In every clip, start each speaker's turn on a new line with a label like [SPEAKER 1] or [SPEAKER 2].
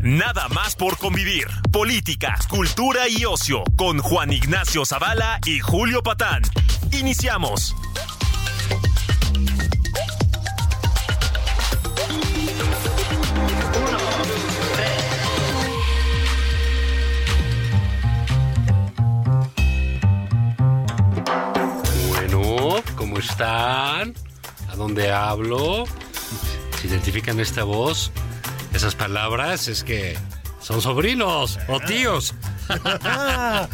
[SPEAKER 1] Nada más por convivir. Política, cultura y ocio con Juan Ignacio Zavala y Julio Patán. Iniciamos.
[SPEAKER 2] Bueno, ¿cómo están? ¿A dónde hablo? ¿Se identifican esta voz? Esas palabras es que son sobrinos o tíos.
[SPEAKER 3] Ah,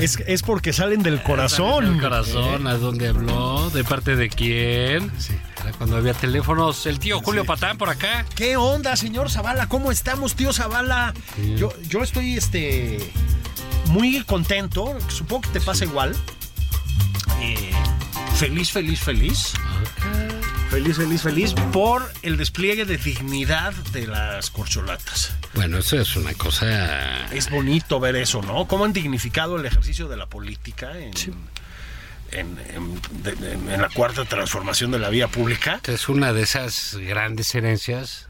[SPEAKER 3] es, es porque salen del corazón.
[SPEAKER 2] El corazón, ¿a dónde habló? ¿De parte de quién? Era cuando había teléfonos. El tío Julio Patán por acá.
[SPEAKER 3] ¿Qué onda, señor Zavala? ¿Cómo estamos, tío Zavala? Yo, yo estoy este muy contento. Supongo que te pasa igual. Eh, feliz, feliz, feliz. Feliz, feliz, feliz por el despliegue de dignidad de las corcholatas.
[SPEAKER 2] Bueno, eso es una cosa.
[SPEAKER 3] Es bonito ver eso, ¿no? Cómo han dignificado el ejercicio de la política en, en- en- de- en- en la cuarta transformación de la vía pública.
[SPEAKER 2] Es una de esas grandes herencias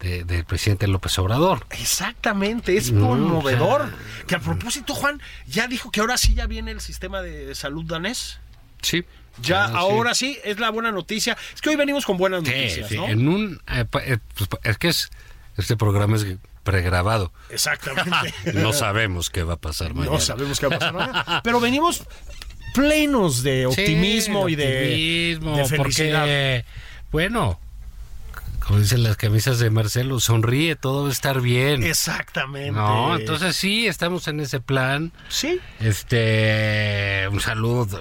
[SPEAKER 2] de- del presidente López Obrador.
[SPEAKER 3] Exactamente, es
[SPEAKER 2] No,
[SPEAKER 3] conmovedor.
[SPEAKER 2] o sea,
[SPEAKER 3] que a propósito, Juan, ya dijo que ahora sí ya viene el sistema de salud danés.
[SPEAKER 2] Ah, Sí.
[SPEAKER 3] Ya, ahora Ah, sí. es la buena noticia. Es que hoy venimos con buenas
[SPEAKER 2] Sí,
[SPEAKER 3] noticias,
[SPEAKER 2] sí,
[SPEAKER 3] ¿no?
[SPEAKER 2] En un. eh, pa- eh, pues, pa- es que es, este programa es pregrabado.
[SPEAKER 3] Exactamente.
[SPEAKER 2] No sabemos qué va a pasar mañana.
[SPEAKER 3] no sabemos qué va a pasar mañana, Pero venimos plenos de
[SPEAKER 2] Sí,
[SPEAKER 3] optimismo y de,
[SPEAKER 2] optimismo,
[SPEAKER 3] de felicidad.
[SPEAKER 2] Porque, bueno, como dicen las camisas de Marcelo, sonríe, todo va a estar bien.
[SPEAKER 3] Exactamente.
[SPEAKER 2] No, entonces sí, estamos en ese plan.
[SPEAKER 3] Sí,
[SPEAKER 2] Este, un saludo,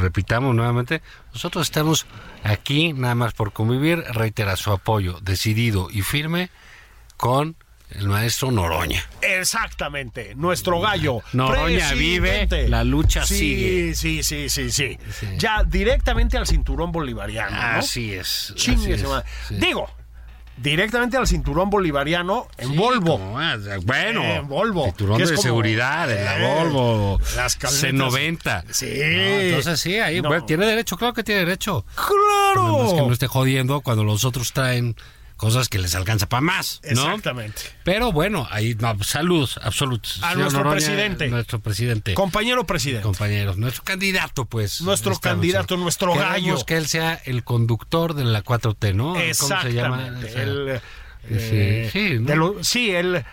[SPEAKER 2] repitamos nuevamente, nosotros estamos aquí nada más por convivir, reitera su apoyo decidido y firme con el maestro Noroña.
[SPEAKER 3] exactamente. Nuestro gallo.
[SPEAKER 2] Noroña vive,
[SPEAKER 3] Presidente.
[SPEAKER 2] la lucha
[SPEAKER 3] sí,
[SPEAKER 2] sigue.
[SPEAKER 3] Sí, sí, sí, sí,
[SPEAKER 2] Sí. Ah,
[SPEAKER 3] Ya directamente al cinturón bolivariano. ¿no?
[SPEAKER 2] Así es. así
[SPEAKER 3] Chingue
[SPEAKER 2] es,
[SPEAKER 3] su madre.
[SPEAKER 2] sí.
[SPEAKER 3] Digo, directamente al cinturón bolivariano en
[SPEAKER 2] Sí,
[SPEAKER 3] Volvo.
[SPEAKER 2] como, ah, bueno,
[SPEAKER 3] Eh, en Volvo.
[SPEAKER 2] Cinturón
[SPEAKER 3] Que
[SPEAKER 2] de
[SPEAKER 3] es como-
[SPEAKER 2] seguridad, en la
[SPEAKER 3] Eh,
[SPEAKER 2] Volvo.
[SPEAKER 3] las camionetas.
[SPEAKER 2] C90.
[SPEAKER 3] Sí.
[SPEAKER 2] No, entonces sí, ahí
[SPEAKER 3] No.
[SPEAKER 2] bueno, tiene derecho, claro que tiene derecho. Nada más que no
[SPEAKER 3] ¡Claro!
[SPEAKER 2] esté jodiendo cuando los otros traen cosas que les alcanza para más, ¿no?
[SPEAKER 3] Exactamente.
[SPEAKER 2] Pero bueno, ahí no, salud, absolutos.
[SPEAKER 3] A
[SPEAKER 2] Señor
[SPEAKER 3] nuestro
[SPEAKER 2] Noroña,
[SPEAKER 3] presidente.
[SPEAKER 2] Nuestro presidente.
[SPEAKER 3] Compañero presidente.
[SPEAKER 2] Compañeros, nuestro candidato, pues.
[SPEAKER 3] Nuestro
[SPEAKER 2] estamos-
[SPEAKER 3] candidato, nuestro
[SPEAKER 2] Queremos
[SPEAKER 3] gallo.
[SPEAKER 2] que él sea el conductor de la 4T, ¿no? ¿Cómo se llama?
[SPEAKER 3] Exactamente.
[SPEAKER 2] Esa-
[SPEAKER 3] El, eh,
[SPEAKER 2] Sí, sí, ¿no?
[SPEAKER 3] de lo- sí, el.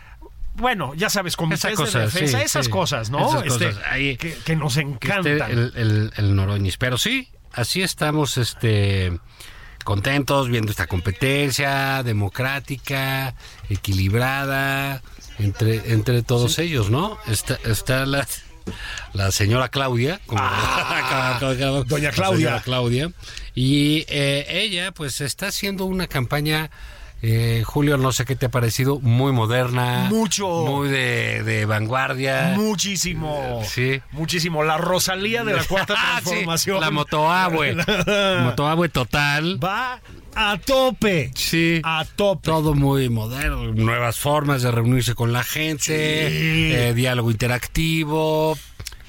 [SPEAKER 3] Bueno, ya sabes, comités
[SPEAKER 2] Esas
[SPEAKER 3] de
[SPEAKER 2] cosas,
[SPEAKER 3] defensa,
[SPEAKER 2] sí,
[SPEAKER 3] esas
[SPEAKER 2] sí.
[SPEAKER 3] cosas, ¿no?
[SPEAKER 2] Esas
[SPEAKER 3] Este,
[SPEAKER 2] cosas, ahí.
[SPEAKER 3] que, que nos
[SPEAKER 2] que esté
[SPEAKER 3] encantan.
[SPEAKER 2] el, el, el Noroñis. Pero sí, así estamos este contentos viendo esta competencia democrática, equilibrada, entre, entre todos ellos, ¿no? Está, está la, la señora Claudia, como-
[SPEAKER 3] Ah. doña
[SPEAKER 2] la
[SPEAKER 3] Claudia.
[SPEAKER 2] señora Claudia. Y eh, ella, pues, está haciendo una campaña. eh, Julio, no sé qué te ha parecido, muy moderna.
[SPEAKER 3] Mucho.
[SPEAKER 2] Muy de, de vanguardia.
[SPEAKER 3] Muchísimo.
[SPEAKER 2] Sí.
[SPEAKER 3] Muchísimo. La Rosalía de la cuarta
[SPEAKER 2] Ah, sí,
[SPEAKER 3] transformación.
[SPEAKER 2] la motoabue. motoabue total.
[SPEAKER 3] Va a tope.
[SPEAKER 2] Sí.
[SPEAKER 3] A tope.
[SPEAKER 2] Todo muy moderno, nuevas formas de reunirse con la gente,
[SPEAKER 3] Sí.
[SPEAKER 2] eh, diálogo interactivo.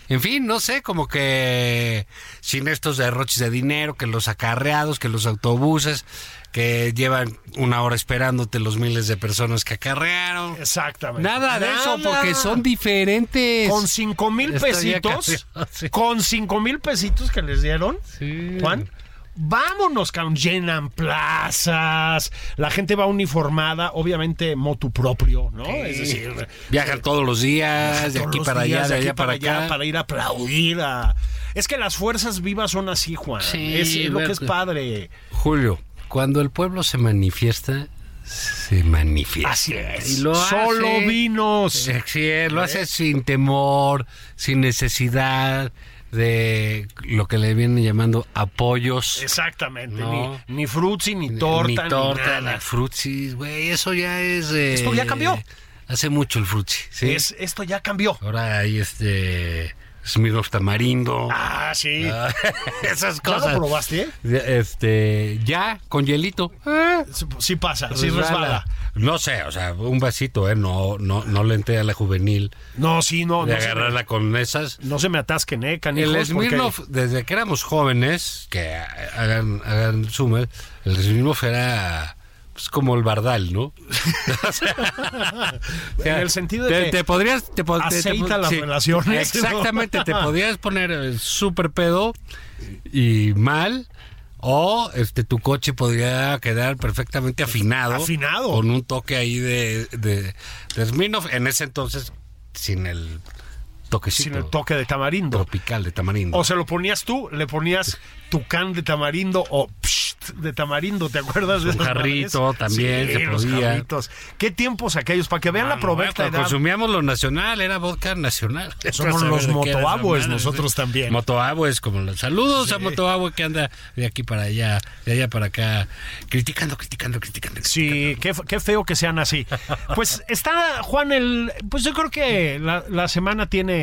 [SPEAKER 2] En fin, no sé, como que sin estos derroches de dinero, que los acarreados, que los autobuses, que llevan una hora esperándote los miles de personas que acarrearon.
[SPEAKER 3] Exactamente.
[SPEAKER 2] Nada de eso, porque son diferentes.
[SPEAKER 3] Con cinco mil
[SPEAKER 2] Estoy
[SPEAKER 3] pesitos,
[SPEAKER 2] acá, sí.
[SPEAKER 3] con cinco mil pesitos que les dieron,
[SPEAKER 2] Sí.
[SPEAKER 3] Juan, vámonos, cabrón, llenan plazas, la gente va uniformada, obviamente motu propio, ¿no? Es decir,
[SPEAKER 2] Viajan todos los días, de
[SPEAKER 3] todos
[SPEAKER 2] aquí
[SPEAKER 3] los
[SPEAKER 2] para allá,
[SPEAKER 3] días,
[SPEAKER 2] de allá para, acá.
[SPEAKER 3] para ir a aplaudir a... Es que las fuerzas vivas son así, Juan.
[SPEAKER 2] Sí,
[SPEAKER 3] es lo que
[SPEAKER 2] bueno.
[SPEAKER 3] es padre.
[SPEAKER 2] Julio, cuando el pueblo se manifiesta, se manifiesta.
[SPEAKER 3] Así es.
[SPEAKER 2] Y lo
[SPEAKER 3] Solo
[SPEAKER 2] hace-
[SPEAKER 3] vinos.
[SPEAKER 2] Eh, sí, lo hace sin temor, sin necesidad de lo que le vienen llamando apoyos.
[SPEAKER 3] Exactamente.
[SPEAKER 2] No.
[SPEAKER 3] Ni, ni frutzi, ni torta, ni,
[SPEAKER 2] ni torta,
[SPEAKER 3] nada.
[SPEAKER 2] ni frutsis, güey, eso ya es... eh,
[SPEAKER 3] Esto ya cambió.
[SPEAKER 2] Hace mucho el frutsi, ¿sí?
[SPEAKER 3] Es- esto ya cambió.
[SPEAKER 2] Ahora hay este... Smirnoff Tamarindo.
[SPEAKER 3] Ah, sí.
[SPEAKER 2] Ah, Esas
[SPEAKER 3] ¿Ya
[SPEAKER 2] cosas.
[SPEAKER 3] lo probaste? ¿eh?
[SPEAKER 2] Este, ya, con hielito. Ah,
[SPEAKER 3] Sí, sí pasa, sí resbala.
[SPEAKER 2] No sé, o sea, un vasito, ¿eh? No, no, no le entré a la juvenil
[SPEAKER 3] No, sí, no.
[SPEAKER 2] de
[SPEAKER 3] No se, me,
[SPEAKER 2] agarrarla con esas.
[SPEAKER 3] no se me atasquen, ¿eh, canijos?
[SPEAKER 2] El
[SPEAKER 3] porque-
[SPEAKER 2] Smirnoff, desde que éramos jóvenes, que hagan, hagan suma, el Smirnoff era pues, como el bardal, ¿no? O sea, o sea,
[SPEAKER 3] En el sentido de
[SPEAKER 2] te,
[SPEAKER 3] que
[SPEAKER 2] te podrías... Te, po- te- te-
[SPEAKER 3] aceita las relaciones, ¿no?
[SPEAKER 2] Exactamente, te podías poner eh, súper pedo y mal... O este tu coche podría quedar perfectamente afinado.
[SPEAKER 3] Afinado.
[SPEAKER 2] Con un toque ahí de, de, de Smirnoff. En ese entonces, sin el toquecito
[SPEAKER 3] Sin el toque de tamarindo.
[SPEAKER 2] tropical de tamarindo.
[SPEAKER 3] O se lo ponías tú, le ponías tucán de tamarindo o psht de tamarindo, ¿te acuerdas de
[SPEAKER 2] Un
[SPEAKER 3] esas
[SPEAKER 2] jarrito
[SPEAKER 3] madres?
[SPEAKER 2] también
[SPEAKER 3] Sí,
[SPEAKER 2] se
[SPEAKER 3] los
[SPEAKER 2] podía.
[SPEAKER 3] jarritos. ¿Qué tiempos aquellos? Para que vean la
[SPEAKER 2] Ah,
[SPEAKER 3] provecta
[SPEAKER 2] bueno,
[SPEAKER 3] edad.
[SPEAKER 2] Consumíamos lo nacional, era vodka nacional.
[SPEAKER 3] Somos
[SPEAKER 2] Para
[SPEAKER 3] los
[SPEAKER 2] saber de qué era esa
[SPEAKER 3] motoabos
[SPEAKER 2] madre,
[SPEAKER 3] nosotros también.
[SPEAKER 2] Motoabos, como los saludos a Motoabo que anda de aquí para allá, de allá para acá, criticando, criticando, criticando.
[SPEAKER 3] Sí, qué, qué feo que sean así. Pues está, Juan, el. Pues yo creo que la, la semana tiene.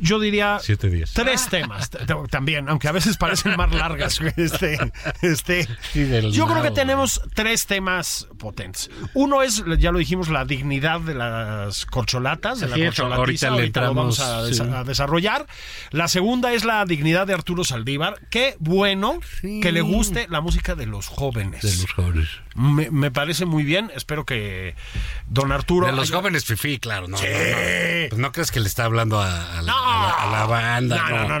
[SPEAKER 3] Yo diría.
[SPEAKER 2] Siete días.
[SPEAKER 3] Tres temas t- t- también, aunque a veces parecen más largas. güey, Este, este.
[SPEAKER 2] Y del
[SPEAKER 3] Yo creo
[SPEAKER 2] nabo,
[SPEAKER 3] que
[SPEAKER 2] güey.
[SPEAKER 3] tenemos tres temas potentes. Uno es, ya lo dijimos, la dignidad de las corcholatas, de la
[SPEAKER 2] Sí, eso,
[SPEAKER 3] corcholatiza.
[SPEAKER 2] ahorita le
[SPEAKER 3] lo vamos a,
[SPEAKER 2] entramos,
[SPEAKER 3] desa-
[SPEAKER 2] sí.
[SPEAKER 3] a desarrollar. La segunda es la dignidad de Arturo Saldívar. Qué bueno
[SPEAKER 2] Sí.
[SPEAKER 3] que le guste la música de los jóvenes.
[SPEAKER 2] De los jóvenes.
[SPEAKER 3] Me, me parece muy bien. Espero que don Arturo.
[SPEAKER 2] De los
[SPEAKER 3] haya- ¡Eh!
[SPEAKER 2] jóvenes fifí, claro. No, no, no. Pues no crees que le está hablando a, a la, a la- a la banda.
[SPEAKER 3] No, no, no, no,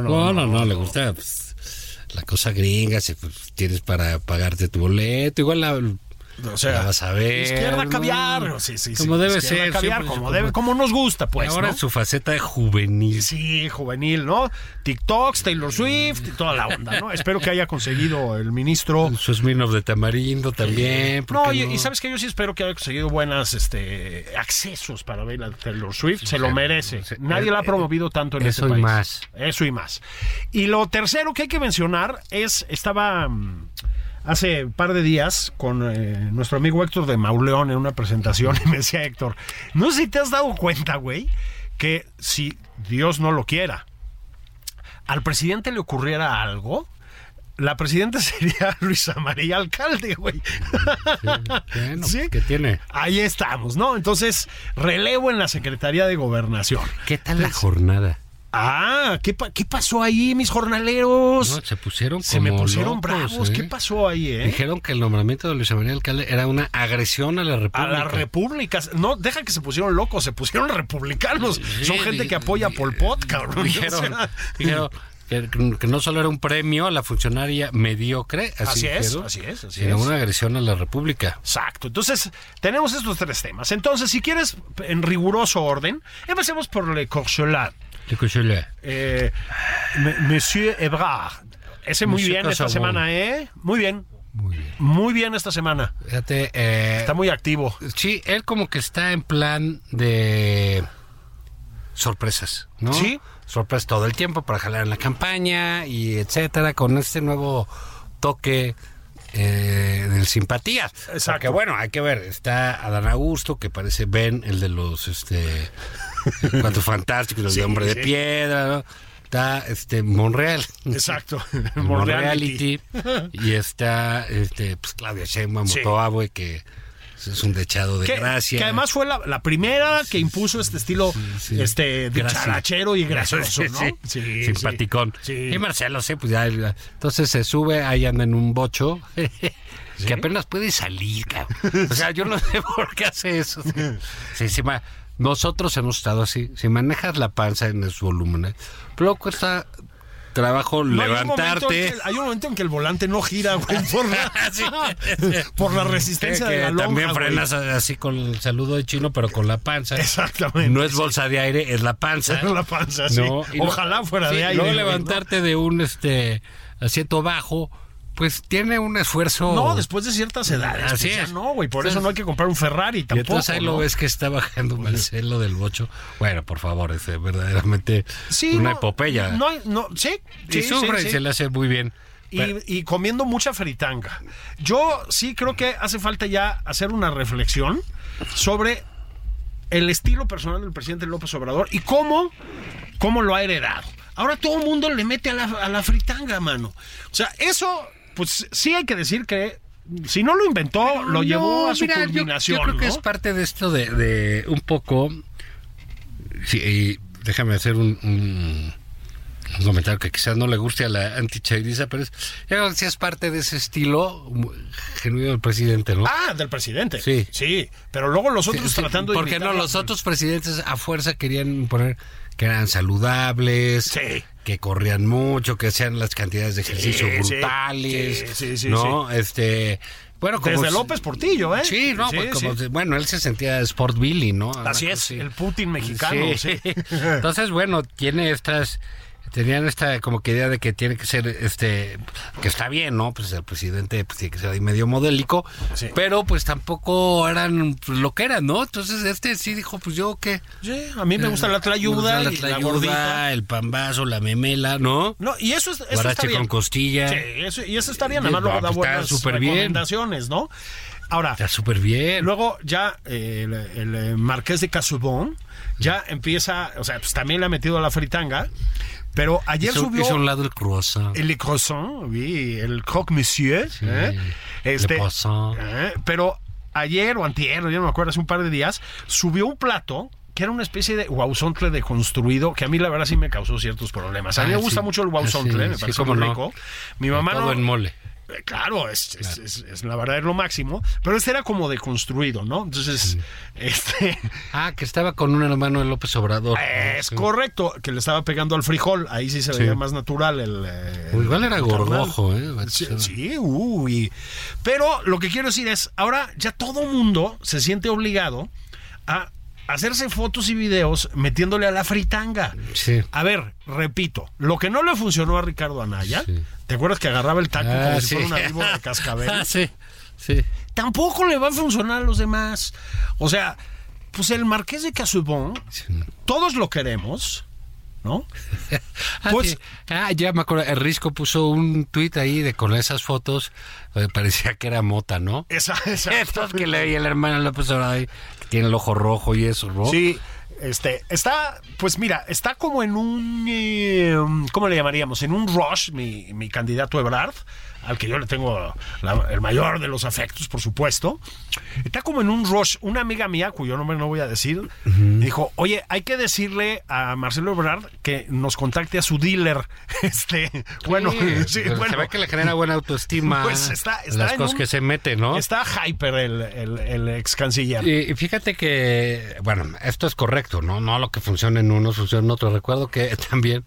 [SPEAKER 2] No,
[SPEAKER 3] no,
[SPEAKER 2] no, no, le gusta pues, la cosa gringa, si pues, tienes para pagarte tu boleto, igual la,
[SPEAKER 3] O sea,
[SPEAKER 2] la vas a ver.
[SPEAKER 3] Izquierda
[SPEAKER 2] ¿no?
[SPEAKER 3] caviar. Sí, sí, sí.
[SPEAKER 2] Como debe
[SPEAKER 3] Izquierda
[SPEAKER 2] ser.
[SPEAKER 3] caviar,
[SPEAKER 2] siempre-
[SPEAKER 3] como, debe, como nos gusta, pues.
[SPEAKER 2] Ahora
[SPEAKER 3] ¿no?
[SPEAKER 2] en su faceta de juvenil.
[SPEAKER 3] Sí, juvenil, ¿no? TikToks, Taylor Swift, y toda la onda, ¿no? Espero que haya conseguido el ministro.
[SPEAKER 2] Su Smirnoff de tamarindo también. ¿por
[SPEAKER 3] No,
[SPEAKER 2] qué
[SPEAKER 3] y, y sabes que yo sí espero que haya conseguido buenas este, accesos para ver a Taylor Swift. se
[SPEAKER 2] sí,
[SPEAKER 3] lo
[SPEAKER 2] sí.
[SPEAKER 3] merece.
[SPEAKER 2] Sí.
[SPEAKER 3] Nadie la ha
[SPEAKER 2] Eh,
[SPEAKER 3] promovido tanto en
[SPEAKER 2] eso
[SPEAKER 3] este
[SPEAKER 2] y
[SPEAKER 3] país.
[SPEAKER 2] más.
[SPEAKER 3] Eso y más. Y lo tercero que hay que mencionar es, estaba mm, hace un par de días con eh, nuestro amigo Héctor de Mauleón en una presentación y me decía Héctor, no sé si te has dado cuenta, güey, que si Dios no lo quiera, al presidente le ocurriera algo... La presidenta sería Luisa María Alcalde, güey.
[SPEAKER 2] Bueno,
[SPEAKER 3] Sí.
[SPEAKER 2] ¿qué tiene?
[SPEAKER 3] Ahí estamos, ¿no? Entonces, relevo en la Secretaría de Gobernación.
[SPEAKER 2] ¿Qué tal la jornada?
[SPEAKER 3] Ah, ¿qué, pa- qué pasó ahí, mis jornaleros?
[SPEAKER 2] No, se pusieron
[SPEAKER 3] Pues, Se me
[SPEAKER 2] como
[SPEAKER 3] pusieron
[SPEAKER 2] locos,
[SPEAKER 3] bravos.
[SPEAKER 2] ¿eh?
[SPEAKER 3] ¿Qué pasó ahí, eh?
[SPEAKER 2] Dijeron que el nombramiento de Luis María Alcalde era una agresión a la República.
[SPEAKER 3] A las repúblicas. No, deja que se pusieron locos, se pusieron republicanos. Son
[SPEAKER 2] Sí,
[SPEAKER 3] gente
[SPEAKER 2] di-
[SPEAKER 3] que apoya a Pol Pot, cabrón.
[SPEAKER 2] Dijeron,
[SPEAKER 3] O sea,
[SPEAKER 2] dijeron que, que no solo era un premio a la funcionaria mediocre, así,
[SPEAKER 3] Así es,
[SPEAKER 2] dijeron,
[SPEAKER 3] así es, así
[SPEAKER 2] sino
[SPEAKER 3] es.
[SPEAKER 2] una agresión a la República.
[SPEAKER 3] Exacto. Entonces, tenemos estos tres temas. Entonces, si quieres, en riguroso orden, empecemos por Le Corcholat.
[SPEAKER 2] Le escuché,
[SPEAKER 3] Eh, M- Monsieur Ebrard. Ese muy
[SPEAKER 2] Monsieur
[SPEAKER 3] bien esta
[SPEAKER 2] Casabón.
[SPEAKER 3] semana, ¿eh? Muy bien.
[SPEAKER 2] Muy bien.
[SPEAKER 3] Muy bien esta semana.
[SPEAKER 2] Fíjate, eh,
[SPEAKER 3] Está muy activo.
[SPEAKER 2] sí, él como que está en plan de sorpresas, ¿no?
[SPEAKER 3] Sí.
[SPEAKER 2] Sorpresas todo el tiempo para jalar en la campaña y etcétera, con este nuevo toque eh, del simpatía.
[SPEAKER 3] Exacto.
[SPEAKER 2] Porque, bueno, hay que ver, está Adán Augusto, que parece Ben, el de los este Cuatro Fantásticos, el de Hombre
[SPEAKER 3] sí.
[SPEAKER 2] de Piedra, ¿no? Está este Monreal.
[SPEAKER 3] Exacto.
[SPEAKER 2] Monreality. y está este, pues, Claudia Sheinbaum,
[SPEAKER 3] Sí.
[SPEAKER 2] Motoabue, que es un dechado de
[SPEAKER 3] Que,
[SPEAKER 2] gracia.
[SPEAKER 3] que además fue la, la primera que impuso este estilo
[SPEAKER 2] sí.
[SPEAKER 3] este
[SPEAKER 2] Gracia.
[SPEAKER 3] dicharachero y gracioso, ¿no?
[SPEAKER 2] Sí, simpaticón.
[SPEAKER 3] Sí.
[SPEAKER 2] Y Marcelo, sí, pues ya. ya. Entonces se sube, ahí anda en un bocho. Que apenas puede salir, cabrón. O sea, yo no sé por qué hace eso. Sí, sí, ma- nosotros hemos estado así. Si manejas la panza en sus volúmenes, pero cuesta trabajo
[SPEAKER 3] No, hay un momento en
[SPEAKER 2] levantarte.
[SPEAKER 3] que- Hay un momento en que el volante no gira, güey, por la,
[SPEAKER 2] Sí.
[SPEAKER 3] por la
[SPEAKER 2] Que-
[SPEAKER 3] resistencia
[SPEAKER 2] que
[SPEAKER 3] de la lonja,
[SPEAKER 2] también
[SPEAKER 3] güey.
[SPEAKER 2] frenas así con el saludo de chino, pero con la panza.
[SPEAKER 3] Exactamente.
[SPEAKER 2] No es bolsa de aire, es la panza.
[SPEAKER 3] la panza, sí.
[SPEAKER 2] No, y luego-
[SPEAKER 3] Ojalá fuera
[SPEAKER 2] sí,
[SPEAKER 3] de aire.
[SPEAKER 2] Luego
[SPEAKER 3] güey, ¿no?
[SPEAKER 2] levantarte de un este asiento bajo Pues tiene un esfuerzo.
[SPEAKER 3] No, después de ciertas edades.
[SPEAKER 2] Así
[SPEAKER 3] pues ya
[SPEAKER 2] es.
[SPEAKER 3] no, güey. Por
[SPEAKER 2] Entonces-
[SPEAKER 3] eso no hay que comprar un Ferrari
[SPEAKER 2] Y
[SPEAKER 3] tampoco.
[SPEAKER 2] entonces ahí lo
[SPEAKER 3] ¿no?
[SPEAKER 2] ves que está bajando Marcelo del Bocho. Bueno, por favor, es eh, verdaderamente
[SPEAKER 3] Sí,
[SPEAKER 2] una
[SPEAKER 3] no,
[SPEAKER 2] epopeya.
[SPEAKER 3] No, hay- no, sí, sí,
[SPEAKER 2] y
[SPEAKER 3] sí,
[SPEAKER 2] sufre
[SPEAKER 3] sí.
[SPEAKER 2] y se le hace muy bien. Pero-
[SPEAKER 3] Y, y comiendo mucha fritanga. Yo sí creo que hace falta ya hacer una reflexión sobre el estilo personal del presidente López Obrador y cómo, cómo lo ha heredado. Ahora todo el mundo le mete a la, a la fritanga, mano. O sea, eso, pues sí hay que decir que si no lo inventó, lo llevó
[SPEAKER 2] No,
[SPEAKER 3] a su
[SPEAKER 2] mira, yo-
[SPEAKER 3] culminación.
[SPEAKER 2] Yo, creo que
[SPEAKER 3] ¿no?
[SPEAKER 2] es parte de esto de, de un poco. sí, y déjame hacer un, un- un comentario que quizás no le guste a la antichairiza, pero es, yo creo que sí es parte de ese estilo mu- genuino del presidente, ¿no?
[SPEAKER 3] Ah, del presidente.
[SPEAKER 2] Sí.
[SPEAKER 3] Sí, pero luego los
[SPEAKER 2] Sí,
[SPEAKER 3] otros
[SPEAKER 2] sí,
[SPEAKER 3] tratando de.
[SPEAKER 2] porque no,
[SPEAKER 3] imitarlo. pues,
[SPEAKER 2] los otros presidentes a fuerza querían poner que eran saludables,
[SPEAKER 3] Sí.
[SPEAKER 2] que corrían mucho, que hacían las cantidades de ejercicio
[SPEAKER 3] sí,
[SPEAKER 2] brutales,
[SPEAKER 3] sí, sí, sí,
[SPEAKER 2] ¿no? Este, bueno, como
[SPEAKER 3] Desde
[SPEAKER 2] s-
[SPEAKER 3] López Portillo, ¿eh?
[SPEAKER 2] Sí, no, pues, como
[SPEAKER 3] sí.
[SPEAKER 2] se- bueno, él se sentía Sport Billy, ¿no? Una
[SPEAKER 3] Así es,
[SPEAKER 2] cosa
[SPEAKER 3] el Putin mexicano, sí.
[SPEAKER 2] Entonces, bueno, tiene estas tenían esta como que idea de que tiene que ser este que está bien, ¿no? Pues el presidente pues, tiene que ser ahí medio modélico,
[SPEAKER 3] Sí.
[SPEAKER 2] pero pues tampoco eran pues, lo que eran, ¿no? Entonces, este sí dijo, pues yo qué
[SPEAKER 3] Sí, a mí me gusta la tlayuda,
[SPEAKER 2] Eh, la
[SPEAKER 3] y la
[SPEAKER 2] tlayuda,
[SPEAKER 3] gordita.
[SPEAKER 2] el pambazo, la memela, ¿no?
[SPEAKER 3] No, y eso, es, eso está
[SPEAKER 2] Guarache
[SPEAKER 3] bien.
[SPEAKER 2] con costilla.
[SPEAKER 3] Sí, eso- y eso está bien, además
[SPEAKER 2] Sí,
[SPEAKER 3] luego
[SPEAKER 2] no,
[SPEAKER 3] da
[SPEAKER 2] pues, está
[SPEAKER 3] buenas
[SPEAKER 2] súper bien.
[SPEAKER 3] recomendaciones, ¿no? Ahora,
[SPEAKER 2] Está súper bien.
[SPEAKER 3] luego ya eh, el, el, eh, Marqués de Casubón ya empieza, o sea, pues también le ha metido la fritanga, pero ayer
[SPEAKER 2] hizo,
[SPEAKER 3] subió...
[SPEAKER 2] hizo a un lado el croissant.
[SPEAKER 3] El croissant, oui, el croque monsieur. ¿eh?
[SPEAKER 2] le croissant.
[SPEAKER 3] ¿eh? Pero ayer o antier, ya no me acuerdo, hace un par de días, subió un plato que era una especie de guauzontle deconstruido, que a mí la verdad sí me causó ciertos problemas. A mí
[SPEAKER 2] Ah,
[SPEAKER 3] me gusta
[SPEAKER 2] sí.
[SPEAKER 3] mucho el guauzontle,
[SPEAKER 2] Sí,
[SPEAKER 3] me
[SPEAKER 2] sí,
[SPEAKER 3] parece
[SPEAKER 2] cómo
[SPEAKER 3] muy
[SPEAKER 2] no.
[SPEAKER 3] rico. Mi mamá
[SPEAKER 2] Todo
[SPEAKER 3] no-
[SPEAKER 2] en mole.
[SPEAKER 3] eh, Claro, es, es- es- es- la verdad es lo máximo, pero este era como deconstruido, ¿no? Entonces, este...
[SPEAKER 2] Ah, que estaba con un hermano de López Obrador.
[SPEAKER 3] Es
[SPEAKER 2] Sí.
[SPEAKER 3] correcto, que le estaba pegando al frijol, ahí sí se veía
[SPEAKER 2] Sí.
[SPEAKER 3] más natural el... eh,
[SPEAKER 2] O Igual era
[SPEAKER 3] el tamal.
[SPEAKER 2] gorgojo, ¿eh?
[SPEAKER 3] Sí, sí, uy. Pero lo que quiero decir es, ahora ya todo mundo se siente obligado a hacerse fotos y videos metiéndole a la fritanga.
[SPEAKER 2] Sí.
[SPEAKER 3] A ver, repito, lo que no le funcionó a Ricardo Anaya,
[SPEAKER 2] Sí.
[SPEAKER 3] ¿te acuerdas que agarraba el taco
[SPEAKER 2] Ah,
[SPEAKER 3] como
[SPEAKER 2] sí.
[SPEAKER 3] si fuera una víbora de cascabel?
[SPEAKER 2] Ah, sí, sí.
[SPEAKER 3] Tampoco le va a funcionar a los demás. O sea, pues el Marqués de Casubón, todos lo queremos, ¿no?
[SPEAKER 2] Ah,
[SPEAKER 3] Pues-
[SPEAKER 2] sí. ah, ya me acuerdo, el Risco puso un tuit ahí de con esas fotos, eh, parecía que era mota, ¿no?
[SPEAKER 3] Esa, esa.
[SPEAKER 2] Estos que le veía el hermano López Obrador ahí, que tiene el ojo rojo y eso, ¿no?
[SPEAKER 3] Sí, este, está, pues mira, está como en un, eh, ¿cómo le llamaríamos? En un rush, mi, mi candidato Ebrard, al que yo le tengo la- el mayor de los afectos, por supuesto. Está como en un rush. Una amiga mía, cuyo nombre no voy a decir, dijo, oye, hay que decirle a Marcelo Ebrard que nos contacte a su dealer. Este, bueno,
[SPEAKER 2] Sí,
[SPEAKER 3] sí,
[SPEAKER 2] pero se
[SPEAKER 3] bueno.
[SPEAKER 2] ve que le genera buena autoestima
[SPEAKER 3] Pues está- está
[SPEAKER 2] las
[SPEAKER 3] en
[SPEAKER 2] cosas
[SPEAKER 3] un-
[SPEAKER 2] que se mete, ¿no?
[SPEAKER 3] Está hyper el, el- el ex canciller.
[SPEAKER 2] Y y fíjate que, bueno, esto es correcto, ¿no? No lo que funciona en uno funciona en otro. Recuerdo que también,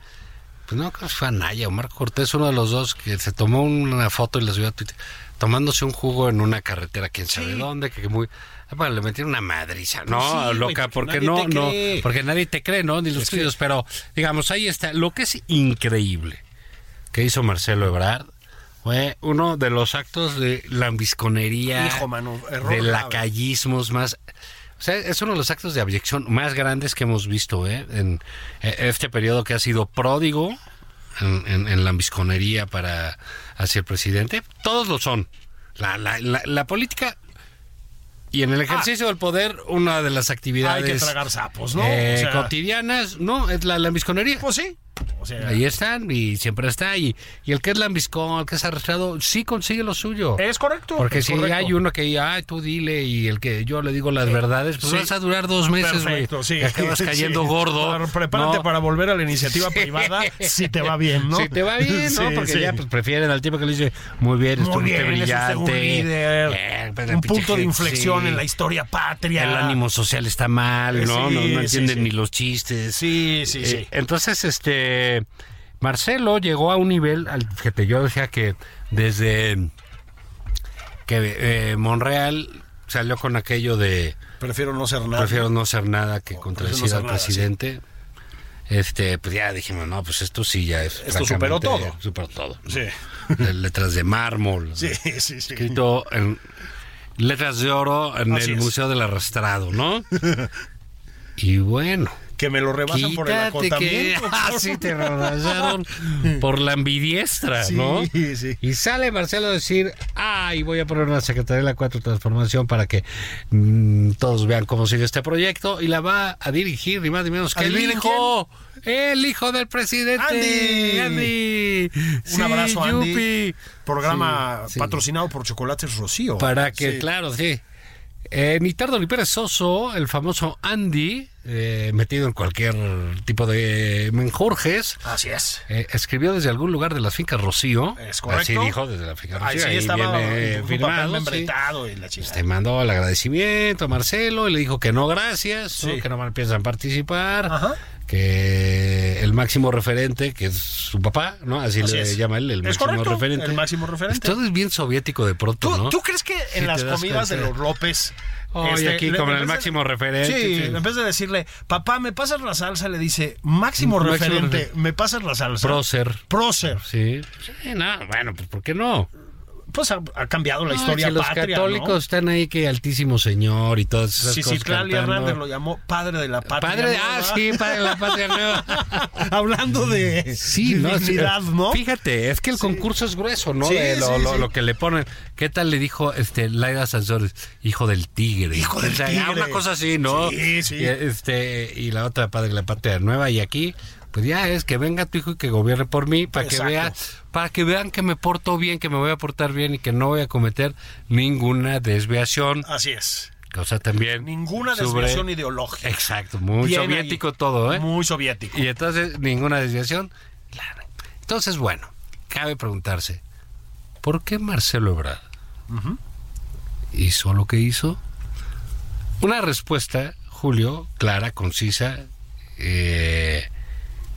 [SPEAKER 2] pues no, creo que fue Anaya o Marco Cortés, uno de los dos, que se tomó una foto y la subió a Twitter, tomándose un jugo en una carretera, quién sabe dónde, que muy... ah, Bueno, le metieron una madriza, ¿no?
[SPEAKER 3] Pues sí, güey,
[SPEAKER 2] Loca,
[SPEAKER 3] porque
[SPEAKER 2] porque,
[SPEAKER 3] nadie
[SPEAKER 2] no,
[SPEAKER 3] te
[SPEAKER 2] no,
[SPEAKER 3] cree.
[SPEAKER 2] porque nadie te cree, ¿no? Ni los tuyos, pero digamos, ahí está. Lo que es increíble que hizo Marcelo Ebrard fue uno de los actos de lambisconería,
[SPEAKER 3] Hijo, mano, error
[SPEAKER 2] de
[SPEAKER 3] grave.
[SPEAKER 2] lacayismos más... O sea, es uno de los actos de abyección más grandes que hemos visto ¿eh? en eh, este periodo que ha sido pródigo en, en- en lambisconería para hacia el presidente. Todos lo son. La, la- la- la política y en el ejercicio del poder, una de las actividades
[SPEAKER 3] Ah. Hay que tragar sapos, ¿no?
[SPEAKER 2] eh,
[SPEAKER 3] O sea,
[SPEAKER 2] cotidianas, no, es la lambisconería.
[SPEAKER 3] pues sí. O sea,
[SPEAKER 2] Ahí están y siempre está. Y, y el que es lambiscón, el que es arrastrado, sí consigue lo suyo.
[SPEAKER 3] es correcto.
[SPEAKER 2] Porque
[SPEAKER 3] es
[SPEAKER 2] si
[SPEAKER 3] correcto.
[SPEAKER 2] hay uno que diga, ay, tú dile, y el que yo le digo las verdades, pues
[SPEAKER 3] Sí.
[SPEAKER 2] vas a durar dos meses, güey.
[SPEAKER 3] Perfecto, sí.
[SPEAKER 2] Y acabas cayendo
[SPEAKER 3] Sí.
[SPEAKER 2] gordo.
[SPEAKER 3] Claro, Prepárate
[SPEAKER 2] ¿no?
[SPEAKER 3] para volver a la iniciativa privada si te va bien, ¿no?
[SPEAKER 2] Si te va bien, ¿no?
[SPEAKER 3] Sí,
[SPEAKER 2] Porque
[SPEAKER 3] sí.
[SPEAKER 2] ya pues, prefieren al tipo que le dice, muy bien,
[SPEAKER 3] Muy
[SPEAKER 2] estuviste
[SPEAKER 3] bien, es usted
[SPEAKER 2] brillante.
[SPEAKER 3] un líder,
[SPEAKER 2] eh, pues,
[SPEAKER 3] un
[SPEAKER 2] pinche
[SPEAKER 3] punto de
[SPEAKER 2] gente,
[SPEAKER 3] inflexión
[SPEAKER 2] sí.
[SPEAKER 3] en la historia patria.
[SPEAKER 2] El ánimo social está mal, ¿no?
[SPEAKER 3] Sí,
[SPEAKER 2] no, no
[SPEAKER 3] sí,
[SPEAKER 2] entienden
[SPEAKER 3] sí.
[SPEAKER 2] ni los chistes.
[SPEAKER 3] Sí, sí, sí.
[SPEAKER 2] Eh, entonces, este. Marcelo llegó a un nivel. al- Fíjate, yo decía que desde. Que eh, Monreal salió con aquello de.
[SPEAKER 3] Prefiero no ser nada.
[SPEAKER 2] Prefiero no ser nada que
[SPEAKER 3] prefiero no
[SPEAKER 2] contradecir
[SPEAKER 3] ser
[SPEAKER 2] al
[SPEAKER 3] nada, sí.
[SPEAKER 2] presidente. este, pues ya dijimos, no, pues esto sí ya es.
[SPEAKER 3] Esto superó
[SPEAKER 2] francamente,
[SPEAKER 3] todo.
[SPEAKER 2] Superó todo. ¿no?
[SPEAKER 3] Sí.
[SPEAKER 2] De letras de mármol.
[SPEAKER 3] Sí, sí, sí.
[SPEAKER 2] Escrito en letras de oro en
[SPEAKER 3] Así
[SPEAKER 2] el
[SPEAKER 3] es.
[SPEAKER 2] Museo del Arrastrado, ¿no? y bueno.
[SPEAKER 3] Que me lo rebasan por el
[SPEAKER 2] Quítate que
[SPEAKER 3] acotamiento.
[SPEAKER 2] ah, sí, te rebasaron por la ambidiestra,
[SPEAKER 3] Sí,
[SPEAKER 2] ¿no?
[SPEAKER 3] sí.
[SPEAKER 2] Y sale Marcelo a decir, ay, voy a poner una Secretaría de la Cuatro Transformación para que mm, todos vean cómo sigue este proyecto y la va a dirigir ni más ni menos que el
[SPEAKER 3] ¿Adivinen
[SPEAKER 2] hijo, el hijo del presidente.
[SPEAKER 3] Andy.
[SPEAKER 2] Andy.
[SPEAKER 3] Un abrazo, Andy.
[SPEAKER 2] yupi.
[SPEAKER 3] Programa
[SPEAKER 2] Sí, sí.
[SPEAKER 3] patrocinado por Chocolates Rocío.
[SPEAKER 2] Para que,
[SPEAKER 3] Sí.
[SPEAKER 2] claro, sí. Eh, ni tardo ni perezoso, el famoso Andy, eh, metido en cualquier tipo de menjurjes,
[SPEAKER 3] Así es.
[SPEAKER 2] eh, escribió desde algún lugar de las fincas Rocío.
[SPEAKER 3] Es correcto.
[SPEAKER 2] Así dijo, desde la finca
[SPEAKER 3] Ahí
[SPEAKER 2] Rocío.
[SPEAKER 3] sí
[SPEAKER 2] ahí
[SPEAKER 3] estaba
[SPEAKER 2] viene
[SPEAKER 3] un papel
[SPEAKER 2] firmado, sí.
[SPEAKER 3] membretado y la
[SPEAKER 2] Pues
[SPEAKER 3] chingada.
[SPEAKER 2] te mandó el agradecimiento a Marcelo y le dijo que no, gracias, ¿no?
[SPEAKER 3] Sí.
[SPEAKER 2] que no piensan participar.
[SPEAKER 3] Ajá.
[SPEAKER 2] Que el máximo referente, que es su papá, ¿no? Así,
[SPEAKER 3] Así
[SPEAKER 2] le
[SPEAKER 3] es.
[SPEAKER 2] llama él, el
[SPEAKER 3] Es
[SPEAKER 2] máximo
[SPEAKER 3] correcto,
[SPEAKER 2] referente.
[SPEAKER 3] el máximo referente.
[SPEAKER 2] Todo es bien soviético de pronto,
[SPEAKER 3] ¿Tú,
[SPEAKER 2] ¿no?
[SPEAKER 3] tú crees que en
[SPEAKER 2] te
[SPEAKER 3] las
[SPEAKER 2] das
[SPEAKER 3] comidas
[SPEAKER 2] cuenta.
[SPEAKER 3] de los López... este,
[SPEAKER 2] Oye, aquí
[SPEAKER 3] le-
[SPEAKER 2] como
[SPEAKER 3] en
[SPEAKER 2] el
[SPEAKER 3] vez
[SPEAKER 2] máximo referente,
[SPEAKER 3] Sí,
[SPEAKER 2] sí.
[SPEAKER 3] en vez de decirle, papá, ¿me pasas la salsa? Le dice, máximo,
[SPEAKER 2] Máximo
[SPEAKER 3] referente,
[SPEAKER 2] referente.
[SPEAKER 3] ¿me pasas la salsa?
[SPEAKER 2] Prócer.
[SPEAKER 3] Prócer.
[SPEAKER 2] Sí. Sí, no, bueno, pues ¿por qué no?
[SPEAKER 3] Pues ha, ha cambiado la
[SPEAKER 2] No,
[SPEAKER 3] historia
[SPEAKER 2] si los
[SPEAKER 3] patria, ¿no?
[SPEAKER 2] católicos están ahí que altísimo señor y todas esas
[SPEAKER 3] Sí, sí,
[SPEAKER 2] cosas
[SPEAKER 3] Claudia
[SPEAKER 2] cantando.
[SPEAKER 3] Hernández lo llamó padre de la patria.
[SPEAKER 2] Padre, de- ah,
[SPEAKER 3] nueva.
[SPEAKER 2] sí, padre de la patria nueva.
[SPEAKER 3] Hablando de
[SPEAKER 2] Sí,
[SPEAKER 3] de
[SPEAKER 2] no, sí.
[SPEAKER 3] dignidad, ¿no?
[SPEAKER 2] Fíjate, es que el concurso es grueso, ¿no?
[SPEAKER 3] Sí,
[SPEAKER 2] De lo,
[SPEAKER 3] sí,
[SPEAKER 2] lo-
[SPEAKER 3] sí.
[SPEAKER 2] lo que le ponen. ¿Qué tal le dijo este Laida Sanzores? Hijo del tigre.
[SPEAKER 3] Hijo del
[SPEAKER 2] O sea,
[SPEAKER 3] tigre.
[SPEAKER 2] Una cosa así, ¿no?
[SPEAKER 3] Sí, sí.
[SPEAKER 2] Y, este, y la otra, padre, la patria nueva. Y aquí, pues ya es que venga tu hijo y que gobierne por mí para que
[SPEAKER 3] Exacto.
[SPEAKER 2] vea, para que vean que me porto bien, que me voy a portar bien y que no voy a cometer ninguna desviación.
[SPEAKER 3] Así es.
[SPEAKER 2] Cosa también.
[SPEAKER 3] Ninguna
[SPEAKER 2] sobre-
[SPEAKER 3] desviación ideológica.
[SPEAKER 2] Exacto, muy
[SPEAKER 3] Bien
[SPEAKER 2] soviético
[SPEAKER 3] ahí.
[SPEAKER 2] todo, ¿eh?
[SPEAKER 3] Muy soviético.
[SPEAKER 2] Y entonces ninguna desviación. Claro. Entonces, bueno, cabe preguntarse, ¿por qué Marcelo Ebrard hizo lo que hizo? Una respuesta, Julio, clara, concisa, eh,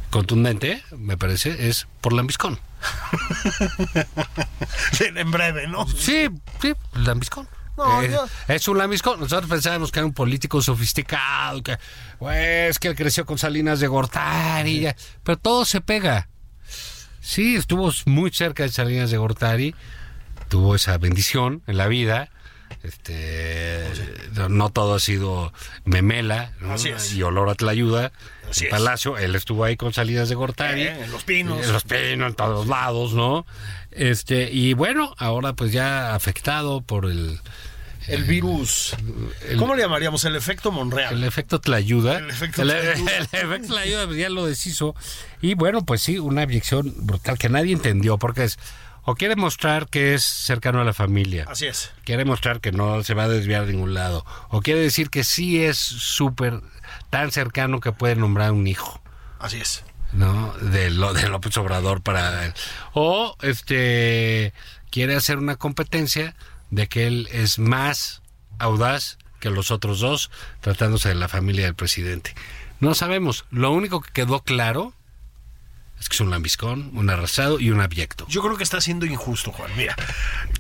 [SPEAKER 2] contundente, me parece, es por Lambiscón.
[SPEAKER 3] en breve, ¿no?
[SPEAKER 2] Sí, sí, lambiscón.
[SPEAKER 3] No,
[SPEAKER 2] Eh,
[SPEAKER 3] yo-
[SPEAKER 2] Es un lambiscón. Nosotros pensábamos que era un político sofisticado, que "Güey, es que él creció con Salinas de Gortari, ya". pero todo se pega. Sí, estuvo muy cerca de Salinas de Gortari, tuvo esa bendición en la vida. Este, no- no todo ha sido memela ¿no?
[SPEAKER 3] Así es.
[SPEAKER 2] y olor a tlayuda.
[SPEAKER 3] Así
[SPEAKER 2] en
[SPEAKER 3] es.
[SPEAKER 2] Palacio, él estuvo ahí con Salinas de Gortari.
[SPEAKER 3] Eh, en Los Pinos.
[SPEAKER 2] En Los Pinos, en todos lados, ¿no? Este, y bueno, ahora pues ya afectado por el,
[SPEAKER 3] El virus.
[SPEAKER 2] el-
[SPEAKER 3] ¿Cómo le llamaríamos? El efecto Monreal.
[SPEAKER 2] el efecto Tlayuda.
[SPEAKER 3] El efecto
[SPEAKER 2] el,
[SPEAKER 3] Tlayuda.
[SPEAKER 2] el efecto Tlayuda pues, ya lo deshizo. Y bueno, pues sí, una inyección brutal que nadie entendió, porque es, o quiere mostrar que es cercano a la familia.
[SPEAKER 3] Así es.
[SPEAKER 2] quiere mostrar que no se va a desviar de ningún lado. O quiere decir que sí es súper tan cercano que puede nombrar un hijo,
[SPEAKER 3] Así es.
[SPEAKER 2] ¿no? De, lo, de López Obrador para él. O este quiere hacer una competencia de que él es más audaz que los otros dos, tratándose de la familia del presidente. No sabemos. Lo único que quedó claro es que es un lambiscón, un arrasado y un abyecto.
[SPEAKER 3] Yo creo que está siendo injusto, Juan. Mira.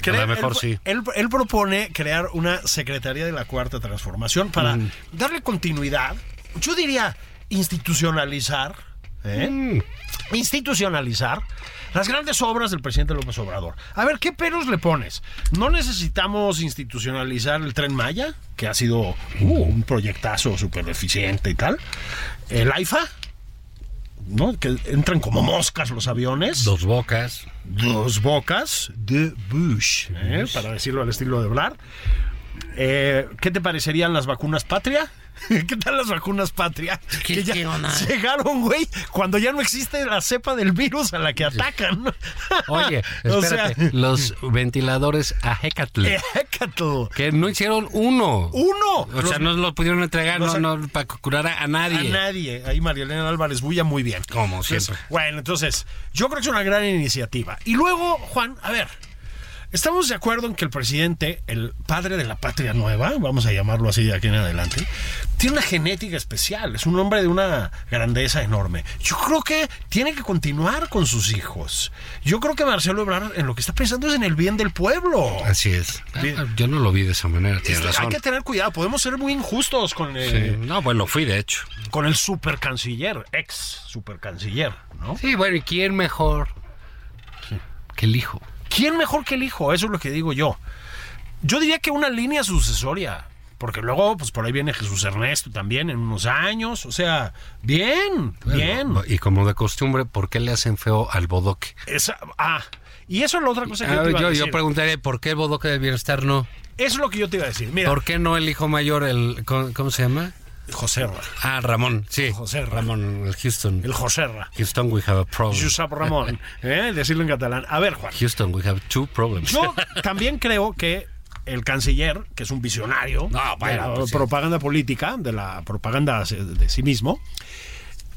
[SPEAKER 2] A lo mejor
[SPEAKER 3] él,
[SPEAKER 2] sí.
[SPEAKER 3] Él, él propone crear una Secretaría de la Cuarta Transformación para
[SPEAKER 2] Mm.
[SPEAKER 3] darle continuidad. Yo diría institucionalizar. ¿eh? institucionalizar las grandes obras del presidente López Obrador. A ver, ¿qué peros le pones? ¿No necesitamos institucionalizar el tren Maya, que ha sido uh, un proyectazo súper eficiente y tal? ¿El AIFA? ¿No? Que entran como moscas los aviones.
[SPEAKER 2] Dos bocas.
[SPEAKER 3] Dos bocas de Bush, ¿eh? para decirlo al estilo de hablar. Eh, ¿Qué te parecerían las vacunas patria? ¿Qué tal las vacunas patria?
[SPEAKER 2] ¿Qué-
[SPEAKER 3] que ya
[SPEAKER 2] qué onda?
[SPEAKER 3] llegaron, güey, cuando ya no existe la cepa del virus a la que atacan.
[SPEAKER 2] Oye,
[SPEAKER 3] o
[SPEAKER 2] espérate,
[SPEAKER 3] sea, Eh.
[SPEAKER 2] los ventiladores a Hecatl,
[SPEAKER 3] Hecatl.
[SPEAKER 2] que no hicieron uno.
[SPEAKER 3] Uno.
[SPEAKER 2] o
[SPEAKER 3] Uh, Los-
[SPEAKER 2] sea, no los pudieron entregar
[SPEAKER 3] los-
[SPEAKER 2] no, no, para curar a, a
[SPEAKER 3] a
[SPEAKER 2] nadie.
[SPEAKER 3] nadie. Ahí María Elena Álvarez Bulla muy bien.
[SPEAKER 2] Como
[SPEAKER 3] Entonces,
[SPEAKER 2] siempre.
[SPEAKER 3] bueno, entonces, yo creo que es una gran iniciativa. Y luego, Juan, a ver, Estamos de acuerdo en que el presidente, el padre de la patria nueva, vamos a llamarlo así de aquí en adelante, tiene una genética especial, es un hombre de una grandeza enorme. Yo creo que tiene que continuar con sus hijos. Yo creo que Marcelo Ebrard en lo que está pensando es en el bien del pueblo.
[SPEAKER 2] Así es. Ah, Yo no lo vi de esa manera, tienes
[SPEAKER 3] Este,
[SPEAKER 2] razón.
[SPEAKER 3] Hay que tener cuidado, podemos ser muy injustos con
[SPEAKER 2] Sí.
[SPEAKER 3] el,
[SPEAKER 2] No, pues lo fui, de hecho.
[SPEAKER 3] con el supercanciller, ex supercanciller, ¿no?
[SPEAKER 2] Sí, bueno, ¿y quién mejor que el hijo?
[SPEAKER 3] ¿Quién mejor que el hijo? Eso es lo que digo yo. Yo diría que una línea sucesoria. Porque luego, pues por ahí viene Jesús Ernesto también en unos años. O sea, bien, bien.
[SPEAKER 2] Y como de costumbre, ¿por qué le hacen feo al bodoque?
[SPEAKER 3] Esa- ah, y eso es la otra cosa que yo
[SPEAKER 2] Ah,
[SPEAKER 3] te iba a
[SPEAKER 2] yo,
[SPEAKER 3] decir.
[SPEAKER 2] yo preguntaría, ¿por qué el bodoque del bienestar no?
[SPEAKER 3] Eso es lo que yo te iba a decir. Mira,
[SPEAKER 2] ¿Por qué no el hijo mayor, el ¿cómo, cómo se llama?
[SPEAKER 3] José Ra,
[SPEAKER 2] Ah, Ramón, sí.
[SPEAKER 3] José Ra.
[SPEAKER 2] Ramón, el Houston.
[SPEAKER 3] el José Ra,
[SPEAKER 2] Houston, we have a problem.
[SPEAKER 3] Josep Ramón, ¿eh? decirlo en catalán. A ver, Juan.
[SPEAKER 2] Houston, we have two problems.
[SPEAKER 3] Yo también creo que el canciller, que es un visionario
[SPEAKER 2] No, bueno,
[SPEAKER 3] de la
[SPEAKER 2] pues sí.
[SPEAKER 3] propaganda política, de la propaganda de sí mismo,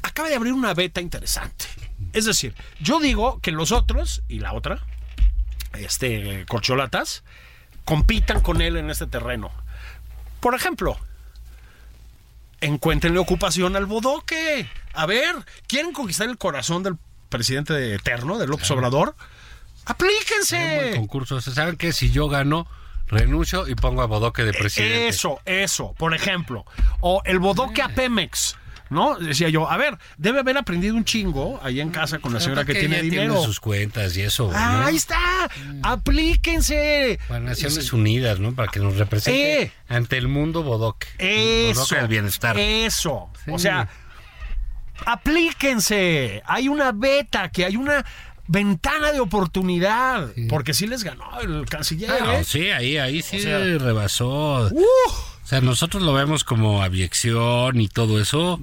[SPEAKER 3] acaba de abrir una beta interesante. Es decir, yo digo que los otros y la otra, este corcholatas, compitan con él en este terreno. Por ejemplo, encuéntrenle ocupación al bodoque. A ver, ¿quieren conquistar el corazón del presidente de eterno, de López Obrador?
[SPEAKER 2] El
[SPEAKER 3] ¡Aplíquense!
[SPEAKER 2] concurso, ¿se saben que si yo gano, renuncio y pongo a bodoque de presidente?
[SPEAKER 3] Eso, eso, por ejemplo. O el bodoque
[SPEAKER 2] Ah.
[SPEAKER 3] a Pemex, ¿no? Decía yo, a ver, debe haber aprendido un chingo ahí en casa con la señora Pues que
[SPEAKER 2] Aparte Ah,
[SPEAKER 3] tiene
[SPEAKER 2] ya
[SPEAKER 3] dinero.
[SPEAKER 2] sus cuentas y eso.
[SPEAKER 3] Ah,
[SPEAKER 2] ¿no?
[SPEAKER 3] ahí está, aplíquense.
[SPEAKER 2] Para Naciones Unidas, ¿no? Para que nos represente
[SPEAKER 3] Eh.
[SPEAKER 2] ante el mundo bodoque.
[SPEAKER 3] Eso. Eh.
[SPEAKER 2] Bodoque del bienestar.
[SPEAKER 3] Eso.
[SPEAKER 2] Sí.
[SPEAKER 3] O sea, aplíquense. Hay una beta, que hay una ventana de oportunidad. Porque sí les ganó el canciller.
[SPEAKER 2] Ah,
[SPEAKER 3] ¿eh?
[SPEAKER 2] sí, ahí, ahí sí
[SPEAKER 3] O sea-
[SPEAKER 2] rebasó.
[SPEAKER 3] ¡Uh!
[SPEAKER 2] O sea, nosotros lo vemos como abyección y todo eso,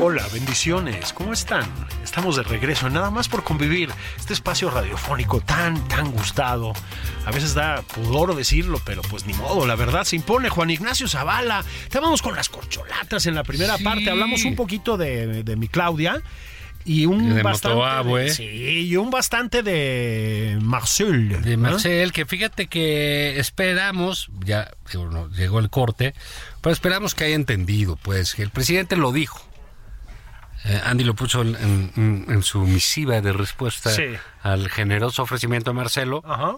[SPEAKER 3] Hola, bendiciones, ¿cómo están? Estamos de regreso, en nada más por convivir. Este espacio radiofónico tan, tan gustado. A veces da pudor decirlo, pero pues ni modo, la verdad se impone. Juan Ignacio Zavala, estábamos con las corcholatas en la primera
[SPEAKER 2] Sí.
[SPEAKER 3] parte, hablamos un poquito de, de mi Claudia. Y un
[SPEAKER 2] Y de
[SPEAKER 3] bastante.
[SPEAKER 2] Motoabo,
[SPEAKER 3] de-
[SPEAKER 2] ¿eh?
[SPEAKER 3] sí, y un bastante de Marcel.
[SPEAKER 2] De
[SPEAKER 3] ¿no?
[SPEAKER 2] Marcel, que fíjate que esperamos, ya digo, no, llegó el corte, pero esperamos que haya entendido, pues, que el presidente lo dijo. Eh, Andy lo puso en, en- en su misiva de respuesta
[SPEAKER 3] Sí.
[SPEAKER 2] al generoso ofrecimiento a Marcelo.
[SPEAKER 3] Ajá.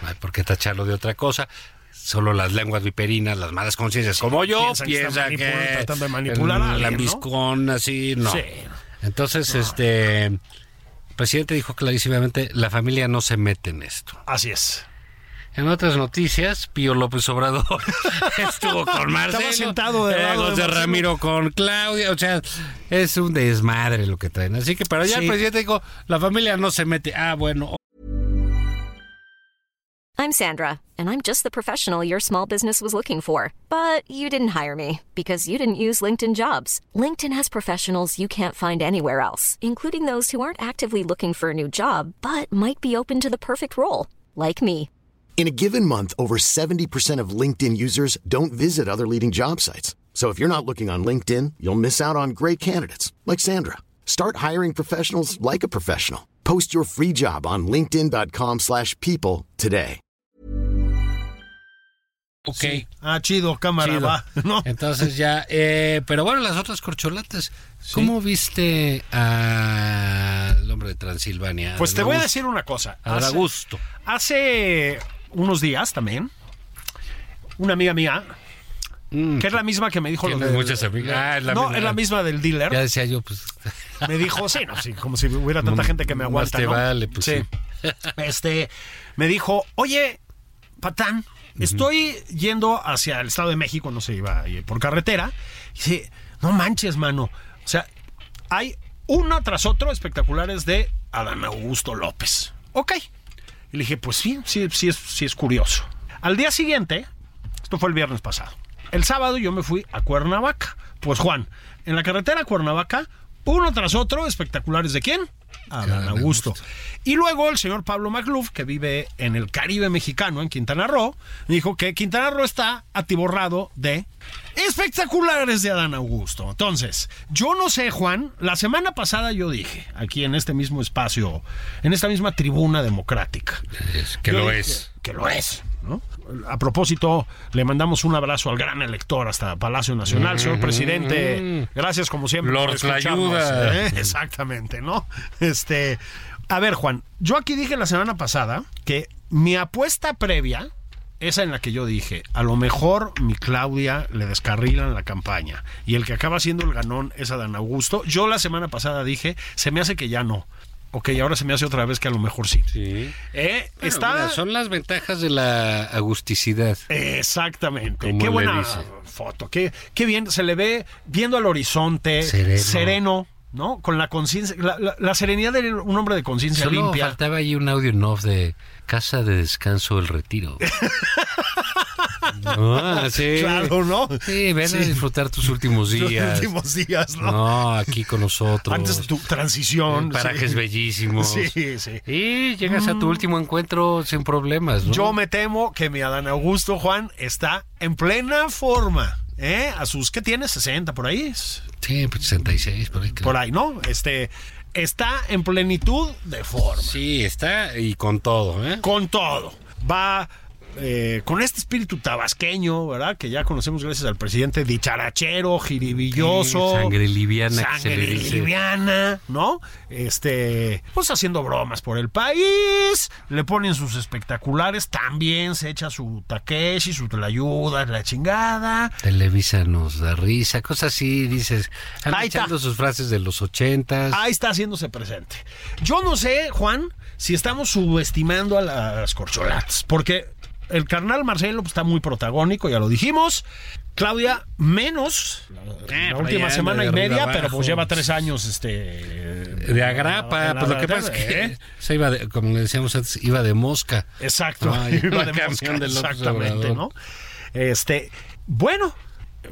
[SPEAKER 2] No hay por qué tacharlo de otra cosa. Solo las lenguas viperinas, las malas conciencias, como yo,
[SPEAKER 3] piensan que
[SPEAKER 2] piensa
[SPEAKER 3] están
[SPEAKER 2] que,
[SPEAKER 3] manipulando, tratando de manipular
[SPEAKER 2] el
[SPEAKER 3] a alguien, ¿no?
[SPEAKER 2] lambiscón, así, no.
[SPEAKER 3] Sí.
[SPEAKER 2] Entonces, este, el presidente dijo clarísimamente, la familia no se mete en esto.
[SPEAKER 3] Así es.
[SPEAKER 2] En otras noticias, Pío López Obrador estuvo con Marcelo.
[SPEAKER 3] Estaba sentado del
[SPEAKER 2] eh,
[SPEAKER 3] lado de
[SPEAKER 2] José
[SPEAKER 3] Marcelo.
[SPEAKER 2] Ramiro con Claudia. O sea, es un desmadre lo que traen. Así que para allá
[SPEAKER 3] Sí.
[SPEAKER 2] el presidente dijo, la familia no se mete. Ah, bueno,
[SPEAKER 4] I'm Sandra, and I'm just the professional your small business was looking for. But you didn't hire me because you didn't use LinkedIn jobs. LinkedIn has professionals you can't find anywhere else, including those who aren't actively looking for a new job but might be open to the perfect role, like me.
[SPEAKER 5] In a given month, over 70% of LinkedIn users don't visit other leading job sites. So if you're not looking on LinkedIn, you'll miss out on great candidates like Sandra. Start hiring professionals like a professional. Post your free job on linkedin.com/people slash people today.
[SPEAKER 2] Ok.
[SPEAKER 3] Sí. Ah, chido, cámara,
[SPEAKER 2] Chido.
[SPEAKER 3] va. No.
[SPEAKER 2] Entonces ya, eh, pero bueno, las otras corcholatas. ¿Cómo viste al hombre de Transilvania?
[SPEAKER 3] Pues te voy a
[SPEAKER 2] Dragust-
[SPEAKER 3] decir Ah, una cosa.
[SPEAKER 2] A
[SPEAKER 3] Hace-
[SPEAKER 2] Dragusto.
[SPEAKER 3] Hace unos días también, una amiga mía, que es la misma que me dijo lo
[SPEAKER 2] Tienes
[SPEAKER 3] de...
[SPEAKER 2] muchas amigas. Ah, es la
[SPEAKER 3] no,
[SPEAKER 2] misma.
[SPEAKER 3] es la misma del dealer.
[SPEAKER 2] Ya decía yo, pues.
[SPEAKER 3] Me dijo, sí, no, sí, como si hubiera tanta
[SPEAKER 2] Más
[SPEAKER 3] gente que me aguanta.
[SPEAKER 2] te
[SPEAKER 3] ¿no?
[SPEAKER 2] vale, pues,
[SPEAKER 3] Este, me dijo, oye, Patán, estoy yendo hacia el Estado de México, no sé, iba a ir por carretera. Y dice, no manches, mano. O sea, hay uno tras otro espectaculares de Adán Augusto López. Ok. Y le dije, pues sí, sí, sí es, sí es curioso. Al día siguiente, esto fue el viernes pasado. El sábado yo me fui a Cuernavaca. Pues Juan, en la carretera a Cuernavaca, uno tras otro, espectaculares de quién? Adán Augusto. Y luego el señor Pablo MacLuf, que vive en el Caribe mexicano, en Quintana Roo, dijo que Quintana Roo está atiborrado de espectaculares de Adán Augusto. Entonces, yo no sé, Juan, la semana pasada yo dije, aquí en este mismo espacio, en esta misma tribuna democrática,
[SPEAKER 2] es que
[SPEAKER 3] yo
[SPEAKER 2] lo
[SPEAKER 3] dije
[SPEAKER 2] es.
[SPEAKER 3] Que lo es. ¿no? A propósito, le mandamos un abrazo al gran elector hasta Palacio Nacional, señor presidente. Gracias, como siempre.
[SPEAKER 2] Mm. Lord
[SPEAKER 3] escucharnos,
[SPEAKER 2] Tlayuda.
[SPEAKER 3] ¿eh? Exactamente, ¿no? Este, a ver, Juan, yo aquí dije la semana pasada que mi apuesta previa, esa en la que yo dije, a lo mejor mi Claudia le descarrilan la campaña y el que acaba siendo el ganón es Adán Augusto, yo la semana pasada dije, se me hace que ya no. Ok, ahora se me hace otra vez que a lo mejor sí.
[SPEAKER 2] Sí.
[SPEAKER 3] Eh,
[SPEAKER 2] Bueno,
[SPEAKER 3] está...
[SPEAKER 2] mira, son las ventajas de la agusticidad.
[SPEAKER 3] Exactamente.
[SPEAKER 2] Como
[SPEAKER 3] Qué
[SPEAKER 2] le
[SPEAKER 3] buena
[SPEAKER 2] dice.
[SPEAKER 3] foto. Qué, qué bien. Se le ve viendo al horizonte,
[SPEAKER 2] Sereno.
[SPEAKER 3] sereno, ¿no? Con la conciencia, la, la- la serenidad de un hombre de conciencia
[SPEAKER 2] Solo
[SPEAKER 3] limpia.
[SPEAKER 2] faltaba ahí un audio en off de Casa de Descanso El Retiro. Ah, sí.
[SPEAKER 3] Claro, ¿no?
[SPEAKER 2] Sí, ven a disfrutar tus últimos
[SPEAKER 3] Los
[SPEAKER 2] días.
[SPEAKER 3] últimos días, ¿no?
[SPEAKER 2] No, aquí con nosotros.
[SPEAKER 3] Antes de tu
[SPEAKER 2] En
[SPEAKER 3] transición.
[SPEAKER 2] parajes
[SPEAKER 3] sí.
[SPEAKER 2] bellísimos.
[SPEAKER 3] Sí, sí. Mm.
[SPEAKER 2] Y llegas a tu último encuentro sin problemas, ¿no?
[SPEAKER 3] Yo me temo que mi Adán Augusto Juan está en plena forma. ¿eh? A sus, ¿qué tiene? 60 por ahí.
[SPEAKER 2] Sí, pues 66, por ahí. creo.
[SPEAKER 3] Por ahí, ¿no? Este, está en plenitud de forma.
[SPEAKER 2] Sí, está y con todo, ¿eh?
[SPEAKER 3] con todo. Va eh, con este espíritu tabasqueño, ¿verdad? Que ya conocemos gracias al presidente dicharachero, jiribilloso.
[SPEAKER 2] Sí, sangre liviana que se
[SPEAKER 3] Sangre
[SPEAKER 2] le dice.
[SPEAKER 3] liviana, ¿no? Este, pues haciendo bromas por el país, le ponen sus espectaculares, también se echa su Takeshi, su ayuda, la chingada.
[SPEAKER 2] Televisa nos da risa, cosas así, dices. Anda
[SPEAKER 3] Ahí está.
[SPEAKER 2] echando sus frases de los ochentas.
[SPEAKER 3] Ahí está haciéndose presente. Yo no sé, Juan, si estamos subestimando a las corcholatas, porque el carnal Marcelo pues, está muy protagónico, ya lo dijimos. Claudia, menos
[SPEAKER 2] Eh,
[SPEAKER 3] la
[SPEAKER 2] por
[SPEAKER 3] última
[SPEAKER 2] ahí anda
[SPEAKER 3] semana
[SPEAKER 2] de
[SPEAKER 3] y
[SPEAKER 2] arriba
[SPEAKER 3] media,
[SPEAKER 2] abajo.
[SPEAKER 3] pero pues lleva tres años este
[SPEAKER 2] De agrapa,
[SPEAKER 3] en la-
[SPEAKER 2] pues lo que
[SPEAKER 3] en la-
[SPEAKER 2] pasa es que
[SPEAKER 3] ¿eh?
[SPEAKER 2] se iba de- como le decíamos antes, iba de mosca.
[SPEAKER 3] Exacto.
[SPEAKER 2] Ah,
[SPEAKER 3] Iba
[SPEAKER 2] iba
[SPEAKER 3] de
[SPEAKER 2] camión
[SPEAKER 3] mosca,
[SPEAKER 2] de López
[SPEAKER 3] exactamente,
[SPEAKER 2] Obrador.
[SPEAKER 3] ¿no? Este, bueno,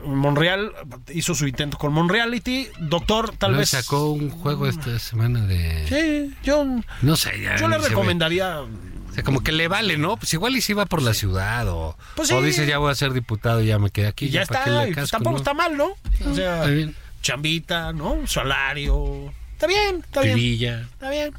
[SPEAKER 3] Monreal hizo su intento con Monreality, doctor, tal
[SPEAKER 2] Tal
[SPEAKER 3] vez
[SPEAKER 2] sacó un juego esta semana de.
[SPEAKER 3] Sí, yo
[SPEAKER 2] No sé, ya.
[SPEAKER 3] yo le
[SPEAKER 2] ni se ve.
[SPEAKER 3] recomendaría
[SPEAKER 2] O sea, como que le vale, ¿no? Pues igual y si va por la ciudad o,
[SPEAKER 3] Pues
[SPEAKER 2] o
[SPEAKER 3] sí.
[SPEAKER 2] dice ya voy a ser diputado y ya me quedé aquí.
[SPEAKER 3] Y ya
[SPEAKER 2] ¿para
[SPEAKER 3] está,
[SPEAKER 2] qué le
[SPEAKER 3] y pues
[SPEAKER 2] casco,
[SPEAKER 3] tampoco
[SPEAKER 2] no?
[SPEAKER 3] está mal, ¿no? O sea,
[SPEAKER 2] Está bien.
[SPEAKER 3] chambita, ¿no? Salario. Está bien, está bien.
[SPEAKER 2] Tirilla.
[SPEAKER 3] Está bien.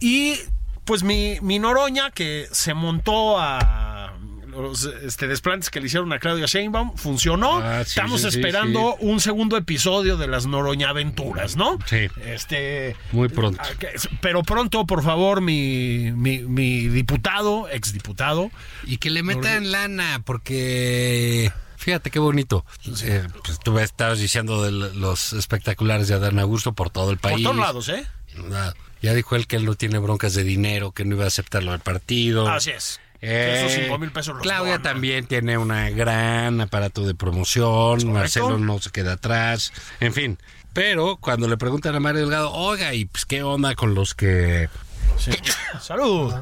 [SPEAKER 3] Y pues mi, mi Noroña que se montó a los este, desplantes que le hicieron a Claudia Sheinbaum, funcionó.
[SPEAKER 2] Ah, sí,
[SPEAKER 3] Estamos
[SPEAKER 2] sí, sí,
[SPEAKER 3] esperando un segundo episodio de las Noroña Aventuras, ¿no?
[SPEAKER 2] Sí.
[SPEAKER 3] Este,
[SPEAKER 2] Muy pronto.
[SPEAKER 3] Ah, que- Pero pronto, por favor, mi, mi, mi diputado, exdiputado,
[SPEAKER 2] Y que le metan lana, porque fíjate qué bonito. Eh, pues tú me estabas diciendo de l- los espectaculares de Adán Augusto por todo el
[SPEAKER 3] por
[SPEAKER 2] país.
[SPEAKER 3] todos lados, ¿eh?
[SPEAKER 2] Nada. Ya dijo él que él no tiene broncas de dinero, que no iba a aceptarlo al partido.
[SPEAKER 3] Así es.
[SPEAKER 2] Eh,
[SPEAKER 3] Esos cinco mil pesos los
[SPEAKER 2] Claudia
[SPEAKER 3] dona.
[SPEAKER 2] también tiene una gran aparato de promoción, Marcelo no se queda atrás, en fin. Pero cuando le preguntan a Mario Delgado, oiga, ¿y pues qué onda con los que
[SPEAKER 3] Sí. Salud.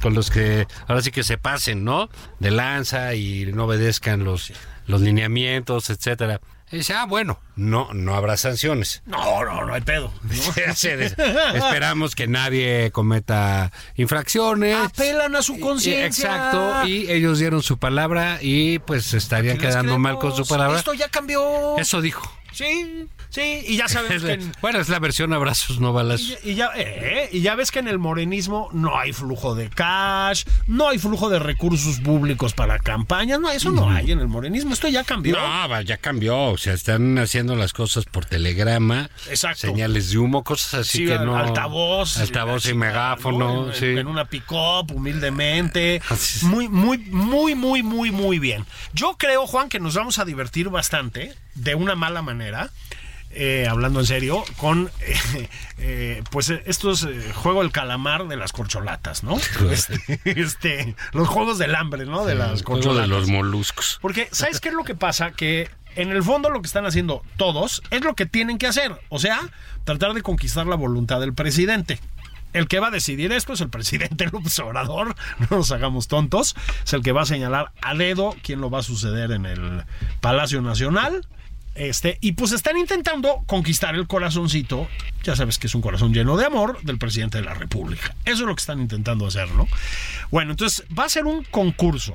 [SPEAKER 2] con los que ahora sí que se pasen, ¿no? De lanza y no obedezcan los, los lineamientos, etcétera. Y dice, ah, bueno, no, no habrá sanciones.
[SPEAKER 3] No, no, no hay pedo. ¿no?
[SPEAKER 2] Se des- Esperamos que nadie cometa infracciones.
[SPEAKER 3] Apelan a su conciencia.
[SPEAKER 2] Exacto, y ellos dieron su palabra y pues estarían
[SPEAKER 3] Les
[SPEAKER 2] quedando mal con
[SPEAKER 3] creemos,
[SPEAKER 2] su palabra.
[SPEAKER 3] Esto ya cambió.
[SPEAKER 2] Eso dijo.
[SPEAKER 3] Sí, sí, y ya
[SPEAKER 2] Es
[SPEAKER 3] sabemos que
[SPEAKER 2] la-
[SPEAKER 3] en-
[SPEAKER 2] bueno, es la versión abrazos, no balas.
[SPEAKER 3] Y ya, eh, y ya ves que en el morenismo no hay flujo de cash, no hay flujo de recursos públicos para campañas, no, eso no hay en el morenismo, esto ya cambió.
[SPEAKER 2] No, va, ya cambió. O sea, están haciendo las cosas por telegrama,
[SPEAKER 3] Exacto.
[SPEAKER 2] señales de humo, cosas así
[SPEAKER 3] Sí,
[SPEAKER 2] que
[SPEAKER 3] al-
[SPEAKER 2] no.
[SPEAKER 3] altavoz,
[SPEAKER 2] altavoz
[SPEAKER 3] la
[SPEAKER 2] y
[SPEAKER 3] chica,
[SPEAKER 2] megáfono.
[SPEAKER 3] ¿no? en,
[SPEAKER 2] sí.
[SPEAKER 3] en una pick-up, humildemente,
[SPEAKER 2] Así es.
[SPEAKER 3] muy, muy, muy, muy, muy, muy bien. Yo creo, Juan, que nos vamos a divertir bastante, de una mala manera. eh, hablando en serio, con eh, eh, pues eh, estos eh, juego el calamar de las corcholatas, ¿no? Este, este, los juegos del hambre, ¿no? De las
[SPEAKER 2] El juego de
[SPEAKER 3] corcholatas.
[SPEAKER 2] los moluscos.
[SPEAKER 3] Porque, ¿sabes qué es lo que pasa? Que en el fondo lo que están haciendo todos es lo que tienen que hacer. O sea, tratar de conquistar la voluntad del presidente. El que va a decidir esto es el presidente López Obrador, no nos hagamos tontos. Es el que va a señalar a dedo quién lo va a suceder en el Palacio Nacional. Este, y pues están intentando conquistar el corazoncito, ya sabes que es un corazón lleno de amor, del presidente de la República. Eso es lo que están intentando hacer, ¿no? Bueno, entonces va a ser un concurso.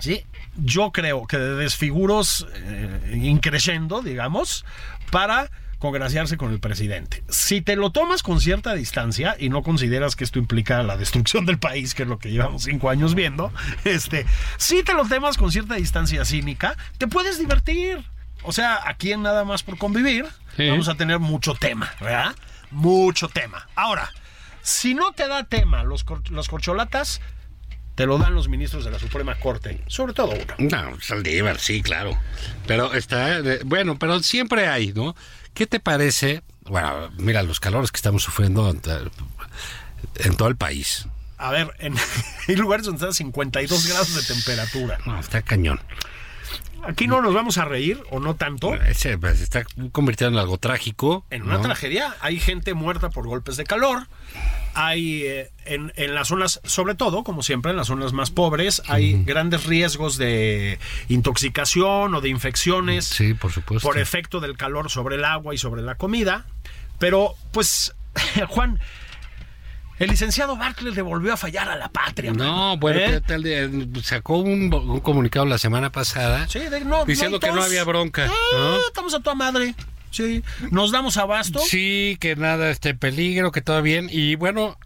[SPEAKER 3] ¿sí? Yo creo que de desfiguros eh, increciendo, digamos, para congraciarse con el presidente. Si te lo tomas con cierta distancia y no consideras que esto implica la destrucción del país, que es lo que llevamos cinco años viendo, este, si te lo tomas con cierta distancia cínica, te puedes divertir. O sea, aquí en Nada más por convivir,
[SPEAKER 2] Sí.
[SPEAKER 3] vamos a tener mucho tema, ¿verdad? Mucho tema. Ahora, si no te da tema los, cor- los corcholatas, te lo dan los ministros de la Suprema Corte, sobre todo uno.
[SPEAKER 2] No, pues, Saldívar, sí, claro. Pero está, eh, bueno, pero siempre hay, ¿no? ¿Qué te parece? Bueno, mira los calores que estamos sufriendo en, to- en todo el país.
[SPEAKER 3] A ver, en, hay lugares donde están 52 grados de temperatura.
[SPEAKER 2] No, está cañón.
[SPEAKER 3] Aquí no nos vamos a reír, o no tanto,
[SPEAKER 2] Eh, Se pues, se está convirtiendo en algo trágico.
[SPEAKER 3] en una
[SPEAKER 2] ¿no?
[SPEAKER 3] tragedia. Hay gente muerta por golpes de calor. Hay eh, en, en las zonas, sobre todo, como siempre, en las zonas más pobres, hay grandes riesgos de intoxicación o de infecciones.
[SPEAKER 2] Sí, por supuesto.
[SPEAKER 3] por efecto del calor sobre el agua y sobre la comida. Pero, pues, Juan, el licenciado Bartlett le volvió a fallar a la patria.
[SPEAKER 2] No,
[SPEAKER 3] mano.
[SPEAKER 2] bueno, pues,
[SPEAKER 3] ¿Eh?
[SPEAKER 2] ¿qué tal de- sacó un, un comunicado la semana pasada
[SPEAKER 3] Sí, de- no,
[SPEAKER 2] diciendo
[SPEAKER 3] no,
[SPEAKER 2] que no
[SPEAKER 3] entonces-
[SPEAKER 2] había bronca.
[SPEAKER 3] Ah,
[SPEAKER 2] ¿no?
[SPEAKER 3] Estamos a toda madre. Sí, nos damos abasto.
[SPEAKER 2] Sí, que nada esté en peligro, que todo bien. Y bueno,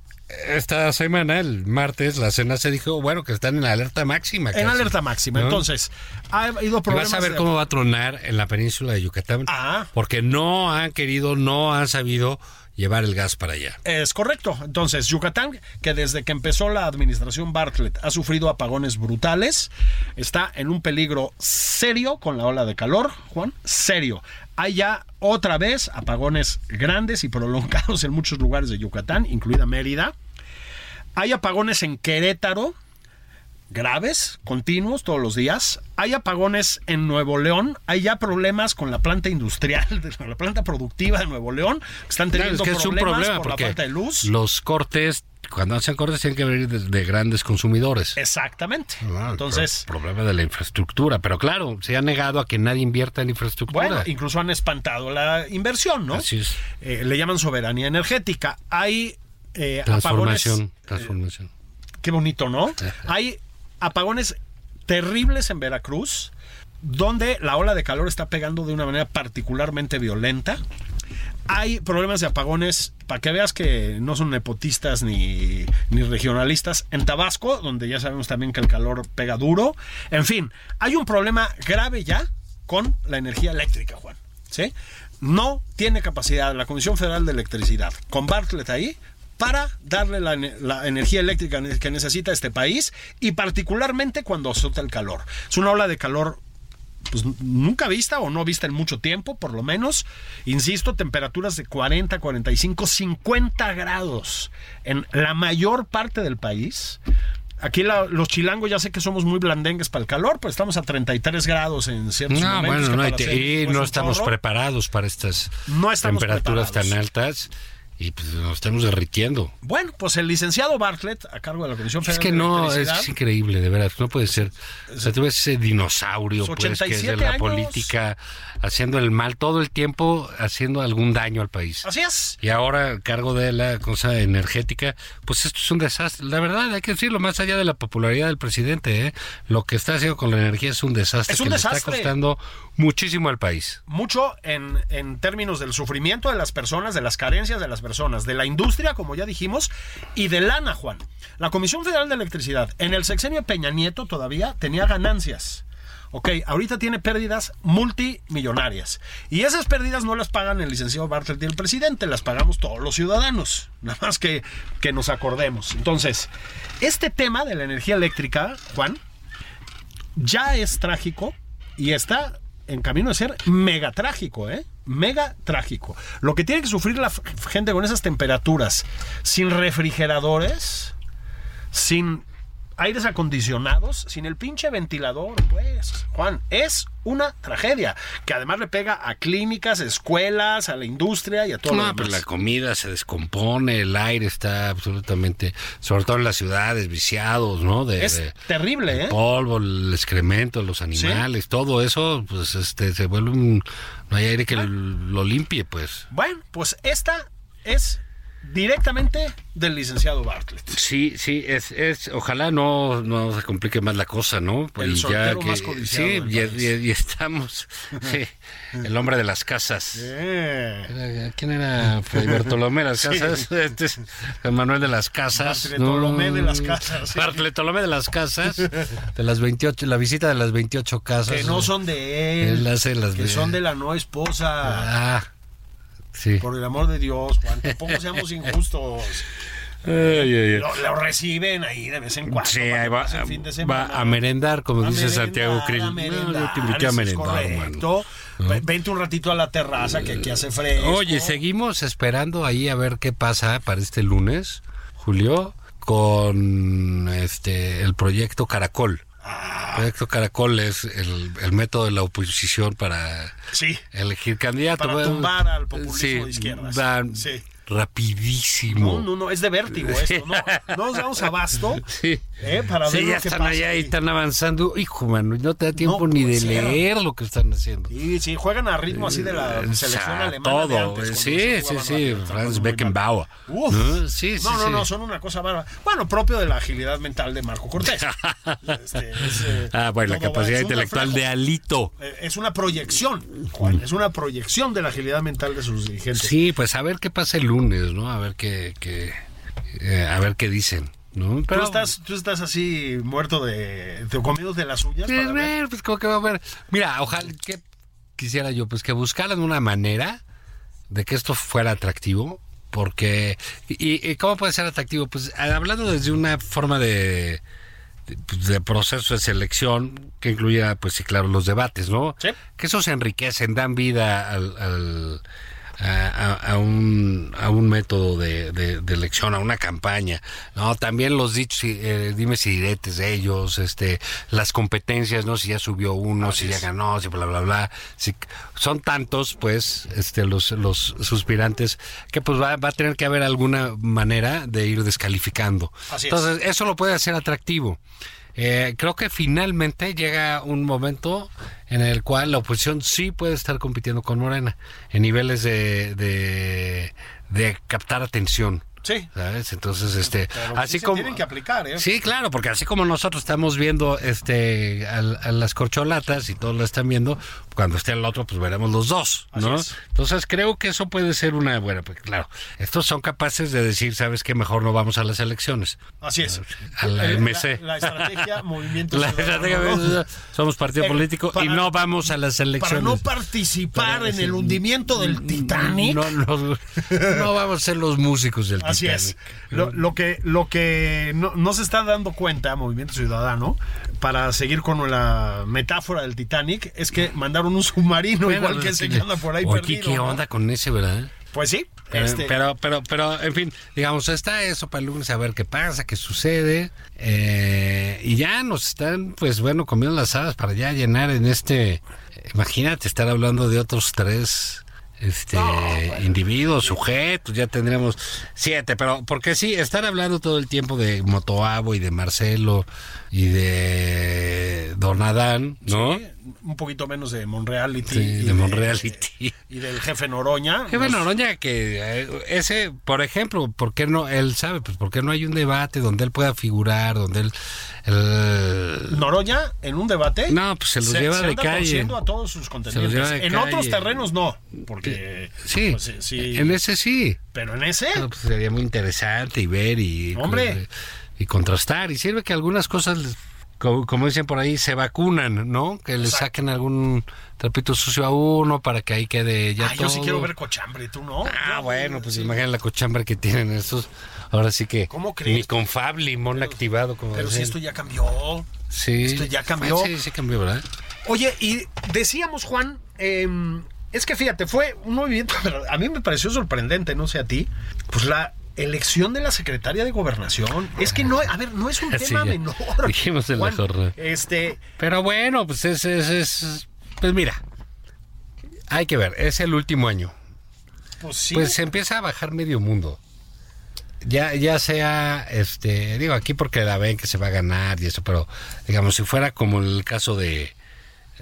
[SPEAKER 2] esta semana, el martes, la cena se dijo, bueno, que están en alerta máxima.
[SPEAKER 3] En
[SPEAKER 2] casi,
[SPEAKER 3] alerta máxima.
[SPEAKER 2] ¿no?
[SPEAKER 3] Entonces, ha habido
[SPEAKER 2] Y
[SPEAKER 3] problemas.
[SPEAKER 2] vas a ver
[SPEAKER 3] de-
[SPEAKER 2] cómo va a tronar en la península de Yucatán.
[SPEAKER 3] Ah.
[SPEAKER 2] Porque no han querido, no han sabido llevar el gas para allá.
[SPEAKER 3] Es correcto. Entonces, Yucatán, que desde que empezó la administración Bartlett ha sufrido apagones brutales, está en un peligro serio con la ola de calor, Juan, serio. Hay ya otra vez apagones grandes y prolongados en muchos lugares de Yucatán, incluida Mérida. Hay apagones en Querétaro, graves, continuos todos los días. Hay apagones en Nuevo León. Hay ya problemas con la planta industrial, con la planta productiva de Nuevo León. que Están
[SPEAKER 2] Claro,
[SPEAKER 3] teniendo
[SPEAKER 2] es que es un
[SPEAKER 3] problemas
[SPEAKER 2] problema
[SPEAKER 3] por
[SPEAKER 2] porque
[SPEAKER 3] la falta de luz.
[SPEAKER 2] los cortes, cuando hacen cortes, tienen que venir de, de grandes consumidores.
[SPEAKER 3] Exactamente.
[SPEAKER 2] Ah,
[SPEAKER 3] Entonces,
[SPEAKER 2] pro- problema de la infraestructura, pero claro, se ha negado a que nadie invierta en infraestructura.
[SPEAKER 3] bueno, incluso han espantado la inversión, ¿no?
[SPEAKER 2] Así es.
[SPEAKER 3] Eh, le llaman soberanía energética. Hay eh, apagones
[SPEAKER 2] Transformación, transformación.
[SPEAKER 3] Qué bonito, ¿no? Hay apagones terribles en Veracruz, donde la ola de calor está pegando de una manera particularmente violenta. Hay problemas de apagones, para que veas que no son nepotistas ni, ni regionalistas, en Tabasco, donde ya sabemos también que el calor pega duro. En fin, hay un problema grave ya con la energía eléctrica, Juan. ¿sí? No tiene capacidad la Comisión Federal de Electricidad, con Bartlett ahí, para darle la, ne- la energía eléctrica ne- que necesita este país y particularmente cuando azota el calor. Es una ola de calor pues, n- nunca vista o no vista en mucho tiempo, por lo menos. Insisto, temperaturas de 40, 45, 50 grados en la mayor parte del país. Aquí la- los chilangos ya sé que somos muy blandengues para el calor, pues estamos a 33 grados en ciertos
[SPEAKER 2] No, bueno,
[SPEAKER 3] momentos. que
[SPEAKER 2] no, y,
[SPEAKER 3] para
[SPEAKER 2] te-
[SPEAKER 3] hacer,
[SPEAKER 2] y
[SPEAKER 3] pues,
[SPEAKER 2] no
[SPEAKER 3] un
[SPEAKER 2] estamos
[SPEAKER 3] chorro.
[SPEAKER 2] preparados para estas
[SPEAKER 3] No estamos
[SPEAKER 2] temperaturas
[SPEAKER 3] preparados.
[SPEAKER 2] tan altas. y pues nos estamos derritiendo.
[SPEAKER 3] Bueno, pues el licenciado Bartlett, a cargo de la Comisión
[SPEAKER 2] Es
[SPEAKER 3] Federal
[SPEAKER 2] que
[SPEAKER 3] de
[SPEAKER 2] no, es,
[SPEAKER 3] Electricidad,
[SPEAKER 2] es increíble, de veras, no puede ser. O sea, tú ves ese dinosaurio,
[SPEAKER 3] Pues,
[SPEAKER 2] pues, que es de
[SPEAKER 3] 87
[SPEAKER 2] la
[SPEAKER 3] años.
[SPEAKER 2] política, haciendo el mal todo el tiempo, haciendo algún daño al país.
[SPEAKER 3] Así es.
[SPEAKER 2] Y ahora, a cargo de la cosa energética, pues esto es un desastre. La verdad, hay que decirlo, más allá de la popularidad del presidente, ¿eh? lo que está haciendo con la energía es un desastre
[SPEAKER 3] Es un
[SPEAKER 2] que le está
[SPEAKER 3] desastre.
[SPEAKER 2] costando muchísimo al país.
[SPEAKER 3] Mucho en, en términos del sufrimiento de las personas, de las carencias de las personas, de la industria, como ya dijimos, y de lana, Juan. La Comisión Federal de Electricidad, en el sexenio de Peña Nieto todavía tenía ganancias. Ok, ahorita tiene pérdidas multimillonarias. Y esas pérdidas no las pagan el licenciado Bartlett y el presidente, las pagamos todos los ciudadanos. Nada más que, que nos acordemos. Entonces, este tema de la energía eléctrica, Juan, ya es trágico y está en camino de ser mega trágico, ¿eh? Mega trágico. Lo que tiene que sufrir la f- gente con esas temperaturas, sin refrigeradores, sin aires acondicionados, sin el pinche ventilador, pues, Juan, es una tragedia que además le pega a clínicas, escuelas, a la industria y a todo lo
[SPEAKER 2] No,
[SPEAKER 3] demás.
[SPEAKER 2] pues la comida se descompone, el aire está absolutamente, sobre todo en las ciudades, viciados, ¿no? De,
[SPEAKER 3] Es
[SPEAKER 2] de-
[SPEAKER 3] terrible, ¿eh?
[SPEAKER 2] El polvo, el excremento, los animales, todo eso, pues este se vuelve un no hay aire que
[SPEAKER 3] Ah.
[SPEAKER 2] lo limpie, pues.
[SPEAKER 3] Bueno, pues esta es directamente del licenciado Bartlett.
[SPEAKER 2] Sí, sí, es, es ojalá no, no se complique más la cosa, ¿no?
[SPEAKER 3] El soltero más codiciado
[SPEAKER 2] sí,
[SPEAKER 3] del
[SPEAKER 2] y,
[SPEAKER 3] país.
[SPEAKER 2] y- y estamos sí, el hombre de las casas.
[SPEAKER 3] Eh.
[SPEAKER 2] Era- ¿Quién era Fray Bartolomé de las Casas? Este es Manuel de las Casas.
[SPEAKER 3] Bartolomé de las Casas, sí.
[SPEAKER 2] Bartolomé de las Casas. De las 28, la visita de las 28 casas.
[SPEAKER 3] Que no son de él.
[SPEAKER 2] Pues, eh, Él hace las
[SPEAKER 3] que
[SPEAKER 2] de-
[SPEAKER 3] son de la no esposa.
[SPEAKER 2] Ah, sí.
[SPEAKER 3] Por el amor de Dios, Juan, tampoco seamos injustos.
[SPEAKER 2] Ay, ay, ay.
[SPEAKER 3] Lo, lo reciben ahí de vez en cuando.
[SPEAKER 2] Sí,
[SPEAKER 3] para
[SPEAKER 2] ahí
[SPEAKER 3] que
[SPEAKER 2] va,
[SPEAKER 3] pase el fin de
[SPEAKER 2] va
[SPEAKER 3] semana.
[SPEAKER 2] a merendar, como
[SPEAKER 3] A
[SPEAKER 2] dice
[SPEAKER 3] merendar,
[SPEAKER 2] Santiago Krill. No,
[SPEAKER 3] a
[SPEAKER 2] yo
[SPEAKER 3] merendar, Ah,
[SPEAKER 2] te invité a
[SPEAKER 3] eso es
[SPEAKER 2] merendar, mano.
[SPEAKER 3] correcto. Ve- Vente un ratito a la terraza que aquí hace fresco.
[SPEAKER 2] Oye, seguimos esperando ahí a ver qué pasa para este lunes, Julio, con este el proyecto Caracol.
[SPEAKER 3] Ah.
[SPEAKER 2] El proyecto Caracol es el, el método de la oposición para
[SPEAKER 3] Sí.
[SPEAKER 2] elegir candidato.
[SPEAKER 3] Para
[SPEAKER 2] Bueno,
[SPEAKER 3] tumbar al populismo de izquierdas.
[SPEAKER 2] Van
[SPEAKER 3] Sí.
[SPEAKER 2] rapidísimo.
[SPEAKER 3] No, no, no, es de vértigo esto. No, no nos damos abasto
[SPEAKER 2] Sí.
[SPEAKER 3] eh, para
[SPEAKER 2] Sí,
[SPEAKER 3] ver
[SPEAKER 2] ya
[SPEAKER 3] lo que
[SPEAKER 2] están
[SPEAKER 3] pasa
[SPEAKER 2] allá y
[SPEAKER 3] aquí.
[SPEAKER 2] están avanzando. Hijo, mano, no te da tiempo ni
[SPEAKER 3] puede
[SPEAKER 2] de
[SPEAKER 3] ser.
[SPEAKER 2] leer lo que están haciendo.
[SPEAKER 3] Sí, sí, juegan a ritmo así de la
[SPEAKER 2] O sea,
[SPEAKER 3] selección alemana. de
[SPEAKER 2] Eh, todo. eh,
[SPEAKER 3] antes, cuando
[SPEAKER 2] sí,
[SPEAKER 3] se
[SPEAKER 2] sí,
[SPEAKER 3] jugaban
[SPEAKER 2] sí.
[SPEAKER 3] rápido,
[SPEAKER 2] Franz
[SPEAKER 3] muy
[SPEAKER 2] Beckenbauer.
[SPEAKER 3] mal. Uf.
[SPEAKER 2] ¿No? Sí, sí,
[SPEAKER 3] no, no,
[SPEAKER 2] sí.
[SPEAKER 3] no, son una cosa bárbara. Bueno, propio de la agilidad mental de Marco Cortés. Este, es, eh,
[SPEAKER 2] Ah, bueno, la
[SPEAKER 3] todo va-
[SPEAKER 2] capacidad
[SPEAKER 3] es un
[SPEAKER 2] intelectual de
[SPEAKER 3] reflejo.
[SPEAKER 2] Alito.
[SPEAKER 3] Eh, Es una proyección, Juan, es una proyección de la agilidad mental de sus dirigentes.
[SPEAKER 2] Sí, pues a ver qué pasa el lunes, ¿no? A ver qué, qué, eh, a ver qué dicen, ¿no?
[SPEAKER 3] Tú, estás, tú estás así muerto de, de comidos de las suyas.
[SPEAKER 2] Pues,
[SPEAKER 3] para ver.
[SPEAKER 2] ver, pues, como que va a haber. Mira, ojalá que quisiera yo, pues que buscaran una manera de que esto fuera atractivo, porque y, y cómo puede ser atractivo, pues a- hablando desde una forma de de, pues, de proceso de selección que incluya, pues sí, claro, los debates, ¿no?
[SPEAKER 3] Sí.
[SPEAKER 2] Que esos enriquecen, dan vida al, al- a, a- a un, a un método de, de- de elección, a una campaña, ¿no? También los dichos, y, eh, dimes y diretes de ellos, este, las competencias, ¿no? Si ya subió uno, si ya ganó, si bla, bla, bla. Si, son tantos, pues, este, los, los suspirantes, que pues va, va a tener que haber alguna manera de ir descalificando.
[SPEAKER 3] Así es.
[SPEAKER 2] Entonces, entonces, eso lo puede hacer atractivo. Eh, creo que finalmente llega un momento en el cual la oposición sí puede estar compitiendo con Morena en niveles de, de, de captar atención.
[SPEAKER 3] Sí.
[SPEAKER 2] ¿Sabes? Entonces, este,
[SPEAKER 3] Pero
[SPEAKER 2] así
[SPEAKER 3] sí se
[SPEAKER 2] como
[SPEAKER 3] tienen que aplicar, ¿eh?
[SPEAKER 2] Sí, claro, porque así como nosotros estamos viendo este al- a, las corcholatas y todos lo están viendo, cuando esté el otro pues veremos los dos, ¿no?
[SPEAKER 3] Así es.
[SPEAKER 2] Entonces, creo que eso puede ser una buena, pues claro, estos son capaces de decir, ¿sabes qué? Mejor no vamos a las elecciones.
[SPEAKER 3] Así es.
[SPEAKER 2] A la
[SPEAKER 3] Eh,
[SPEAKER 2] MC.
[SPEAKER 3] La, estrategia Movimiento
[SPEAKER 2] La
[SPEAKER 3] Ciudadano,
[SPEAKER 2] estrategia
[SPEAKER 3] ¿no?
[SPEAKER 2] es, somos partido
[SPEAKER 3] Eh,
[SPEAKER 2] político
[SPEAKER 3] para-
[SPEAKER 2] y no vamos a las
[SPEAKER 3] Para
[SPEAKER 2] elecciones.
[SPEAKER 3] no participar
[SPEAKER 2] Para
[SPEAKER 3] en
[SPEAKER 2] decir,
[SPEAKER 3] el hundimiento del Titanic.
[SPEAKER 2] No, no, no vamos a ser los músicos del
[SPEAKER 3] Así
[SPEAKER 2] Titanic.
[SPEAKER 3] es. Lo, lo que, lo que no, no se está dando cuenta, Movimiento Ciudadano, para seguir con la metáfora del Titanic, es que mandaron un submarino
[SPEAKER 2] Bueno, pues,
[SPEAKER 3] igual que ese que anda por ahí
[SPEAKER 2] oye,
[SPEAKER 3] perdido.
[SPEAKER 2] ¿qué
[SPEAKER 3] ¿no?
[SPEAKER 2] onda con ese, verdad?
[SPEAKER 3] Pues sí.
[SPEAKER 2] Pero,
[SPEAKER 3] este,
[SPEAKER 2] pero, pero, pero, en fin, digamos, está eso para el lunes, a ver qué pasa, qué sucede. eh, y ya nos están, pues bueno, comiendo las habas para ya llenar en este. Imagínate estar hablando de otros tres este, individuos, sujetos, ya tendremos siete, pero porque sí, estar hablando todo el tiempo de Motoabo y de Marcelo y de Don Adán, ¿no?
[SPEAKER 3] Sí, un poquito menos de Monreality.
[SPEAKER 2] Sí,
[SPEAKER 3] y
[SPEAKER 2] de Monreality.
[SPEAKER 3] Y del jefe Noroña.
[SPEAKER 2] Qué bueno, Noroña, que eh, ese, por ejemplo, ¿por qué no? Él sabe, pues, ¿por qué no hay un debate donde él pueda figurar, donde él. él-
[SPEAKER 3] Noroña, en un debate.
[SPEAKER 2] No, pues se los lleva de
[SPEAKER 3] anda
[SPEAKER 2] calle.
[SPEAKER 3] torciendo a todos sus contenidos.
[SPEAKER 2] lleva de
[SPEAKER 3] En
[SPEAKER 2] calle.
[SPEAKER 3] otros terrenos no. Porque.
[SPEAKER 2] sí,
[SPEAKER 3] pues, eh, sí,
[SPEAKER 2] en e- ese sí.
[SPEAKER 3] Pero en ese.
[SPEAKER 2] Bueno, pues, sería muy interesante y ver y.
[SPEAKER 3] Hombre.
[SPEAKER 2] Y contrastar. Y sirve que algunas cosas. les- co- Como dicen por ahí, se vacunan, ¿no? Que le saquen algún trapito sucio a uno para que ahí quede ya
[SPEAKER 3] Ah, yo sí
[SPEAKER 2] todo.
[SPEAKER 3] quiero ver cochambre, tú no.
[SPEAKER 2] Ah,
[SPEAKER 3] Yo-
[SPEAKER 2] bueno, pues imagínate la cochambra que tienen estos. Ahora sí que.
[SPEAKER 3] ¿Cómo crees?
[SPEAKER 2] Ni con Fab Limón activado. Como
[SPEAKER 3] Pero si
[SPEAKER 2] decían.
[SPEAKER 3] esto ya cambió.
[SPEAKER 2] Sí.
[SPEAKER 3] esto ya cambió.
[SPEAKER 2] Sí, sí cambió, ¿verdad?
[SPEAKER 3] Oye, y decíamos, Juan, eh, es que fíjate, fue un movimiento, pero a mí me pareció sorprendente, no sé a ti, pues la elección de la secretaria de gobernación. Es que no, a ver, no es un
[SPEAKER 2] Sí,
[SPEAKER 3] tema
[SPEAKER 2] ya.
[SPEAKER 3] menor.
[SPEAKER 2] Dijimos en la
[SPEAKER 3] Juan,
[SPEAKER 2] jornada.
[SPEAKER 3] Este,
[SPEAKER 2] Pero bueno, pues es, es, es- Pues mira, hay que ver, es el último año.
[SPEAKER 3] pues sí.
[SPEAKER 2] Pues se empieza a bajar medio mundo. Ya, ya sea, este, digo, aquí porque la ven que se va a ganar y eso, pero digamos, si fuera como el caso de,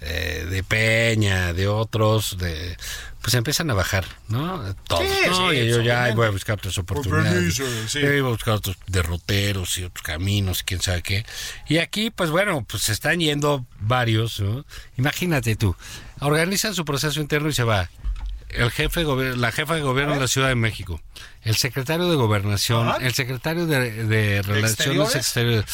[SPEAKER 2] eh, de Peña, de otros, de, pues empiezan a bajar, ¿no? Todos,
[SPEAKER 3] Sí,
[SPEAKER 2] ¿no?
[SPEAKER 3] sí,
[SPEAKER 2] y yo ya
[SPEAKER 3] obviamente.
[SPEAKER 2] voy a buscar otras oportunidades.
[SPEAKER 3] permiso, sí.
[SPEAKER 2] Yo iba a buscar otros derroteros y otros caminos, quién sabe qué. Y aquí, pues bueno, pues se están yendo varios, ¿no? Imagínate tú, organizan su proceso interno y se va el jefe de gobier- la jefa de gobierno de la Ciudad de México, el secretario de Gobernación,
[SPEAKER 3] Ajá.
[SPEAKER 2] el secretario de, de Relaciones
[SPEAKER 3] Ah. Exteriores.
[SPEAKER 2] Exteriores,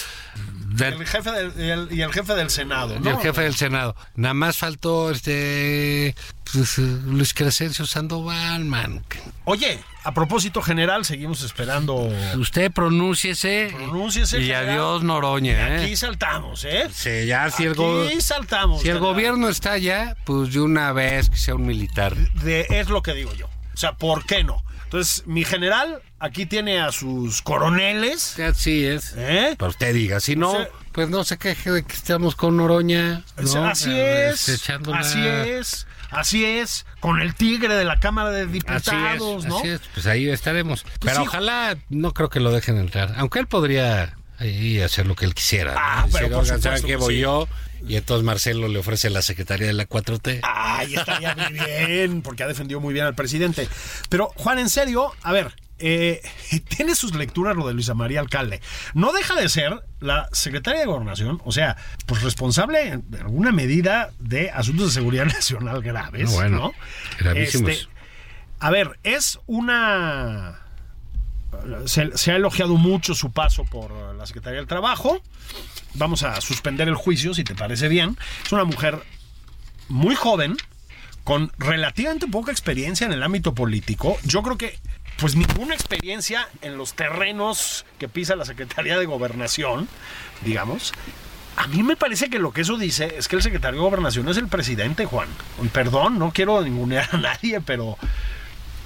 [SPEAKER 2] del-
[SPEAKER 3] el jefe del, y el- y el jefe del Senado,
[SPEAKER 2] y
[SPEAKER 3] ¿no?
[SPEAKER 2] el jefe del Senado. Nada más faltó este pues, eh, Luis Crescencio Sandoval, man.
[SPEAKER 3] Oye, a propósito general, seguimos esperando.
[SPEAKER 2] Usted pronúnciese,
[SPEAKER 3] Pronúnciese,
[SPEAKER 2] y
[SPEAKER 3] general.
[SPEAKER 2] adiós Noroña,
[SPEAKER 3] Aquí
[SPEAKER 2] ¿eh?
[SPEAKER 3] saltamos, ¿eh?
[SPEAKER 2] Sí, ya si el, go-
[SPEAKER 3] Aquí saltamos.
[SPEAKER 2] si el
[SPEAKER 3] general.
[SPEAKER 2] gobierno está allá, pues de una vez que sea un militar.
[SPEAKER 3] de- es lo que digo yo. O sea, ¿por qué no? Entonces, mi general aquí tiene a sus coroneles.
[SPEAKER 2] Así es.
[SPEAKER 3] ¿eh?
[SPEAKER 2] Pero usted diga, si no,
[SPEAKER 3] O sea-
[SPEAKER 2] pues no se queje de que estamos con Noroña. ¿no?
[SPEAKER 3] así
[SPEAKER 2] Eh,
[SPEAKER 3] es.
[SPEAKER 2] echándola-
[SPEAKER 3] Así es. Así es. Con el tigre de la Cámara de Diputados,
[SPEAKER 2] Así es,
[SPEAKER 3] ¿no?
[SPEAKER 2] así es, pues ahí estaremos. Pero
[SPEAKER 3] sí.
[SPEAKER 2] ojalá no creo que lo dejen entrar, aunque él podría ahí hacer lo que él quisiera. ¿no?
[SPEAKER 3] Ah, pero
[SPEAKER 2] Decir,
[SPEAKER 3] por
[SPEAKER 2] "Oigan, ¿saben
[SPEAKER 3] supuesto
[SPEAKER 2] qué
[SPEAKER 3] que
[SPEAKER 2] voy
[SPEAKER 3] sí.
[SPEAKER 2] yo? Y entonces Marcelo le ofrece la secretaría de la 4T.
[SPEAKER 3] Ay, estaría muy bien, porque ha defendido muy bien al presidente. Pero, Juan, en serio, a ver, eh, tiene sus lecturas lo de Luisa María Alcalde. No deja de ser la secretaria de Gobernación, o sea, pues responsable en alguna medida de asuntos de seguridad nacional graves,
[SPEAKER 2] No, Ah, bueno,
[SPEAKER 3] ¿no? Este,
[SPEAKER 2] gravísimos.
[SPEAKER 3] a ver, es una... Se, se ha elogiado mucho su paso por la Secretaría del Trabajo. Vamos a suspender el juicio, si te parece bien. Es una mujer muy joven, con relativamente poca experiencia en el ámbito político. Yo creo que, pues, ninguna experiencia en los terrenos que pisa la Secretaría de Gobernación, digamos. A mí me parece que lo que eso dice es que el secretario de Gobernación es el presidente, Juan. Perdón, no quiero ningunear a nadie, pero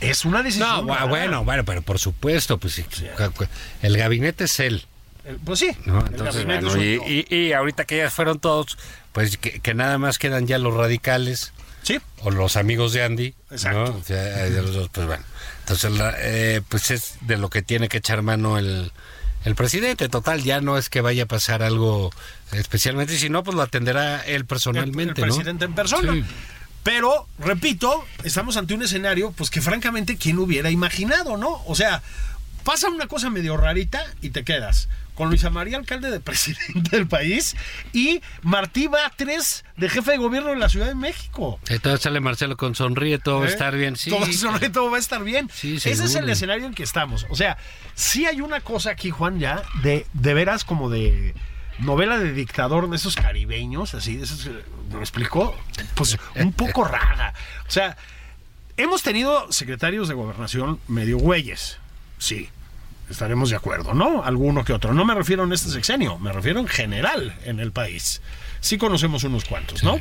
[SPEAKER 3] es una decisión.
[SPEAKER 2] No, bu-
[SPEAKER 3] rara.
[SPEAKER 2] bueno, bueno, pero por supuesto, pues sí, cu- cu- el gabinete es él.
[SPEAKER 3] Eh, Pues sí.
[SPEAKER 2] ¿no?
[SPEAKER 3] el
[SPEAKER 2] Entonces,
[SPEAKER 3] gabinete
[SPEAKER 2] bueno,
[SPEAKER 3] soy
[SPEAKER 2] y,
[SPEAKER 3] yo.
[SPEAKER 2] y- y ahorita que ya fueron todos, pues que, que nada más quedan ya los radicales
[SPEAKER 3] Sí,
[SPEAKER 2] o los amigos de Andy.
[SPEAKER 3] Exacto.
[SPEAKER 2] ¿no? O sea, de los dos, pues bueno. Entonces, la- eh, pues es de lo que tiene que echar mano el, el presidente. Total, ya no es que vaya a pasar algo especialmente, si no, pues lo atenderá él
[SPEAKER 3] el- el,
[SPEAKER 2] personalmente, ¿no?
[SPEAKER 3] presidente en persona.
[SPEAKER 2] Sí.
[SPEAKER 3] Pero, repito, estamos ante un escenario, pues que francamente, ¿quién hubiera imaginado, no? O sea, pasa una cosa medio rarita y te quedas con Luisa María Alcalde de presidente del país y Martí Batres de jefe de gobierno de la Ciudad de México.
[SPEAKER 2] Entonces sale Marcelo con sonríe, todo va a
[SPEAKER 3] ¿Eh?
[SPEAKER 2] estar bien. Sí,
[SPEAKER 3] Todo, va a sonar- todo va a estar bien.
[SPEAKER 2] Sí,
[SPEAKER 3] Ese es el
[SPEAKER 2] seguro.
[SPEAKER 3] escenario en que estamos. O sea, sí hay una cosa aquí, Juan, ya, de, de veras como de novela de dictador de esos caribeños, así, de esos, eh, ¿me explicó? Pues un poco rara. O sea, hemos tenido secretarios de gobernación medio güeyes, sí. Estaremos de acuerdo, ¿no? Alguno que otro. No me refiero en este sexenio, me refiero en general en el país. Sí conocemos unos cuantos, ¿no?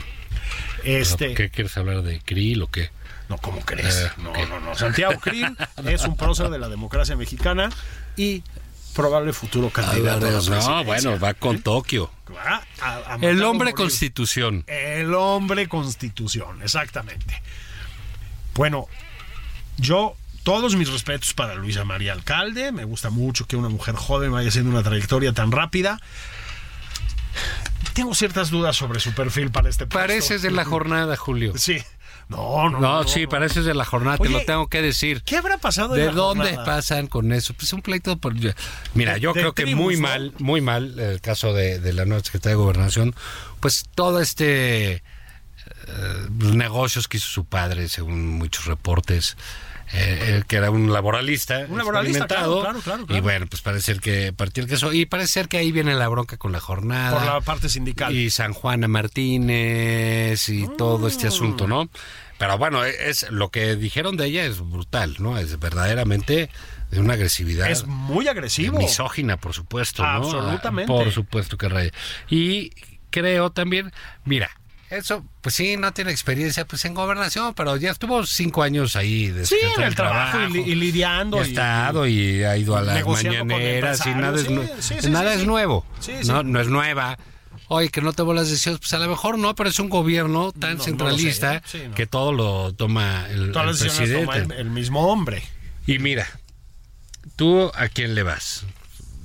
[SPEAKER 3] Este,
[SPEAKER 2] ¿Qué quieres hablar de Krill o qué?
[SPEAKER 3] no, ¿cómo crees?
[SPEAKER 2] Eh,
[SPEAKER 3] no,
[SPEAKER 2] ok.
[SPEAKER 3] no, no. Santiago Krill es un prócer de la democracia mexicana y probable futuro candidato. a la
[SPEAKER 2] No,
[SPEAKER 3] presidencia.
[SPEAKER 2] bueno, va con Tokio.
[SPEAKER 3] ¿Eh? Va a- a matar
[SPEAKER 2] El
[SPEAKER 3] o
[SPEAKER 2] hombre
[SPEAKER 3] morir.
[SPEAKER 2] constitución.
[SPEAKER 3] El hombre constitución, exactamente. Bueno, Yo, todos mis respetos para Luisa María Alcalde. Me gusta mucho que una mujer joven vaya haciendo una trayectoria tan rápida. Tengo ciertas dudas sobre su perfil para este puesto.
[SPEAKER 2] Pareces de la jornada, Julio.
[SPEAKER 3] Sí. No, no.
[SPEAKER 2] No, sí, pareces de la jornada, te
[SPEAKER 3] Oye,
[SPEAKER 2] lo tengo que decir.
[SPEAKER 3] ¿Qué habrá pasado en
[SPEAKER 2] ¿De
[SPEAKER 3] la
[SPEAKER 2] dónde
[SPEAKER 3] jornada?
[SPEAKER 2] pasan con eso? Pues un pleito por... Mira, yo
[SPEAKER 3] de
[SPEAKER 2] creo que
[SPEAKER 3] tribus,
[SPEAKER 2] muy
[SPEAKER 3] ¿no?
[SPEAKER 2] mal, muy mal el caso de, de la nueva secretaria de Gobernación, pues todo este eh, los negocios que hizo su padre, según muchos reportes, eh, él que era un laboralista,
[SPEAKER 3] Un laboralista,
[SPEAKER 2] experimentado,
[SPEAKER 3] claro, claro, claro, claro.
[SPEAKER 2] y bueno, pues parece ser que partió el queso, y parece ser que ahí viene la bronca con la jornada.
[SPEAKER 3] Por la parte sindical.
[SPEAKER 2] Y San Juana Martínez y todo
[SPEAKER 3] Mm.
[SPEAKER 2] este asunto, ¿no? Pero bueno, e- es lo que dijeron de ella es brutal, ¿no? Es verdaderamente de una agresividad.
[SPEAKER 3] Es muy agresivo.
[SPEAKER 2] misógina, por supuesto, ¿no? Ah,
[SPEAKER 3] Absolutamente.
[SPEAKER 2] Por supuesto que raya. Y creo también, mira, eso, pues sí, no tiene experiencia pues en gobernación, pero ya estuvo cinco años ahí. de
[SPEAKER 3] Sí,
[SPEAKER 2] secretario
[SPEAKER 3] en el
[SPEAKER 2] del
[SPEAKER 3] trabajo, y, li- y
[SPEAKER 2] y
[SPEAKER 3] lidiando.
[SPEAKER 2] ha
[SPEAKER 3] y-
[SPEAKER 2] estado y ha ido a las
[SPEAKER 3] negociando con
[SPEAKER 2] mañaneras y nada es,
[SPEAKER 3] empresarios,
[SPEAKER 2] nue-
[SPEAKER 3] sí, sí, sí,
[SPEAKER 2] nada
[SPEAKER 3] sí,
[SPEAKER 2] es
[SPEAKER 3] sí.
[SPEAKER 2] nuevo.
[SPEAKER 3] Sí, sí.
[SPEAKER 2] No, no es nueva. Oye, que no te bolas decisiones, pues a lo mejor no, pero es un gobierno tan
[SPEAKER 3] No, no lo
[SPEAKER 2] centralista
[SPEAKER 3] sé. Sí, no.
[SPEAKER 2] que todo lo toma el,
[SPEAKER 3] Todas las
[SPEAKER 2] el
[SPEAKER 3] decisiones
[SPEAKER 2] presidente.
[SPEAKER 3] las toma el, el mismo hombre.
[SPEAKER 2] Y mira, tú a quién le vas.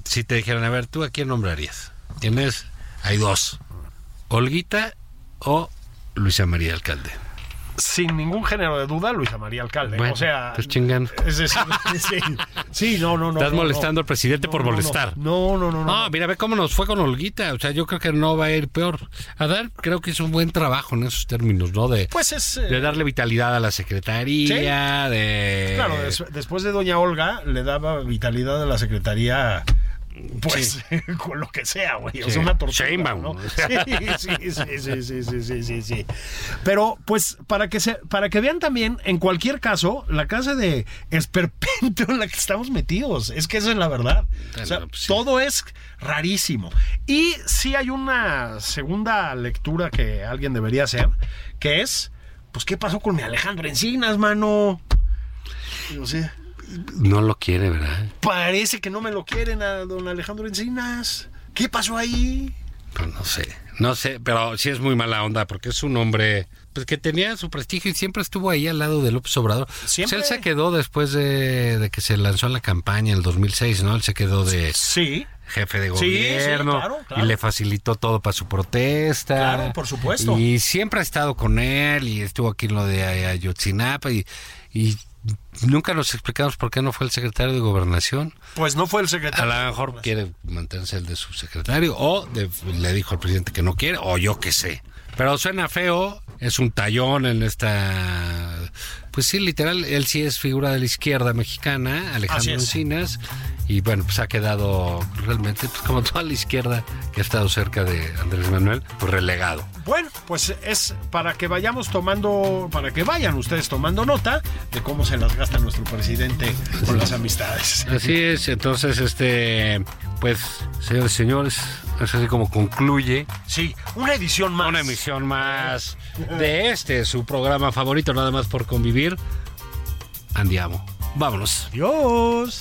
[SPEAKER 2] Si te dijeran, a ver, tú a quién nombrarías. Tienes, hay dos: Olguita o Luisa María Alcalde.
[SPEAKER 3] Sin ningún género de duda, Luisa María Alcalde.
[SPEAKER 2] Bueno,
[SPEAKER 3] o sea.
[SPEAKER 2] pues chingando.
[SPEAKER 3] Es decir, sí, sí, no, no, no.
[SPEAKER 2] Estás
[SPEAKER 3] no, no.
[SPEAKER 2] molestando al presidente
[SPEAKER 3] No,
[SPEAKER 2] por
[SPEAKER 3] no, no.
[SPEAKER 2] molestar. Ah,
[SPEAKER 3] No, no, no. no.
[SPEAKER 2] No, mira, ve cómo nos fue con Olguita. O sea, yo creo que no va a ir peor. Adán creo que hizo un buen trabajo en esos términos, ¿no? De,
[SPEAKER 3] Pues es. eh,
[SPEAKER 2] de darle vitalidad a la secretaría, de...
[SPEAKER 3] Claro, des- después de Doña Olga le daba vitalidad a la secretaría. Pues con lo que sea, güey. O
[SPEAKER 2] Sí.
[SPEAKER 3] sea, una tortura.
[SPEAKER 2] Sheinbaum.
[SPEAKER 3] ¿no? Sí, sí, sí, sí, sí, sí, sí, sí, sí. Pero, pues, para que se, para que vean también, en cualquier caso, la casa de esperpento en la que estamos metidos. Es que esa es la verdad. O sea,
[SPEAKER 2] Bueno, pues sí.
[SPEAKER 3] todo es rarísimo. Y sí hay una segunda lectura que alguien debería hacer, que es. Pues, ¿qué pasó con mi Alejandro Encinas, mano? No sé.
[SPEAKER 2] No lo quiere, ¿verdad?
[SPEAKER 3] Parece que no me lo quieren a don Alejandro Encinas. ¿Qué pasó ahí?
[SPEAKER 2] Pues no sé. No sé, pero sí es muy mala onda porque es un hombre pues, que tenía su prestigio y siempre estuvo ahí al lado de López Obrador. Pues,
[SPEAKER 3] Siempre.
[SPEAKER 2] él se quedó después de, de que se lanzó la campaña en el 2006, ¿no? Él se quedó de
[SPEAKER 3] Sí.
[SPEAKER 2] jefe de
[SPEAKER 3] Sí, sí,
[SPEAKER 2] gobierno
[SPEAKER 3] claro, claro.
[SPEAKER 2] y le facilitó todo para su protesta.
[SPEAKER 3] Claro, por supuesto.
[SPEAKER 2] Y siempre ha estado con él y estuvo aquí en lo de Ay- Ayotzinapa y, y nunca nos explicamos por qué no fue el secretario de gobernación.
[SPEAKER 3] Pues no fue el
[SPEAKER 2] A
[SPEAKER 3] secretario.
[SPEAKER 2] lo mejor quiere mantenerse el de subsecretario o de- le dijo al presidente que no quiere o yo qué sé. Pero suena feo, es un tallón en esta... Pues sí, literal, él sí es figura de la izquierda mexicana,
[SPEAKER 3] Así
[SPEAKER 2] Alejandro
[SPEAKER 3] es.
[SPEAKER 2] Encinas, y bueno, pues ha quedado realmente, pues como toda la izquierda que ha estado cerca de Andrés Manuel, pues relegado.
[SPEAKER 3] Bueno, pues es para que vayamos tomando, para que vayan ustedes tomando nota de cómo se las gasta nuestro presidente con las amistades.
[SPEAKER 2] Así es, entonces, este, pues, señores y señores, es así como concluye
[SPEAKER 3] Sí, una edición más.
[SPEAKER 2] Una emisión más de este, su programa favorito, nada más por convivir. Andiamo. Vámonos.
[SPEAKER 3] Adiós.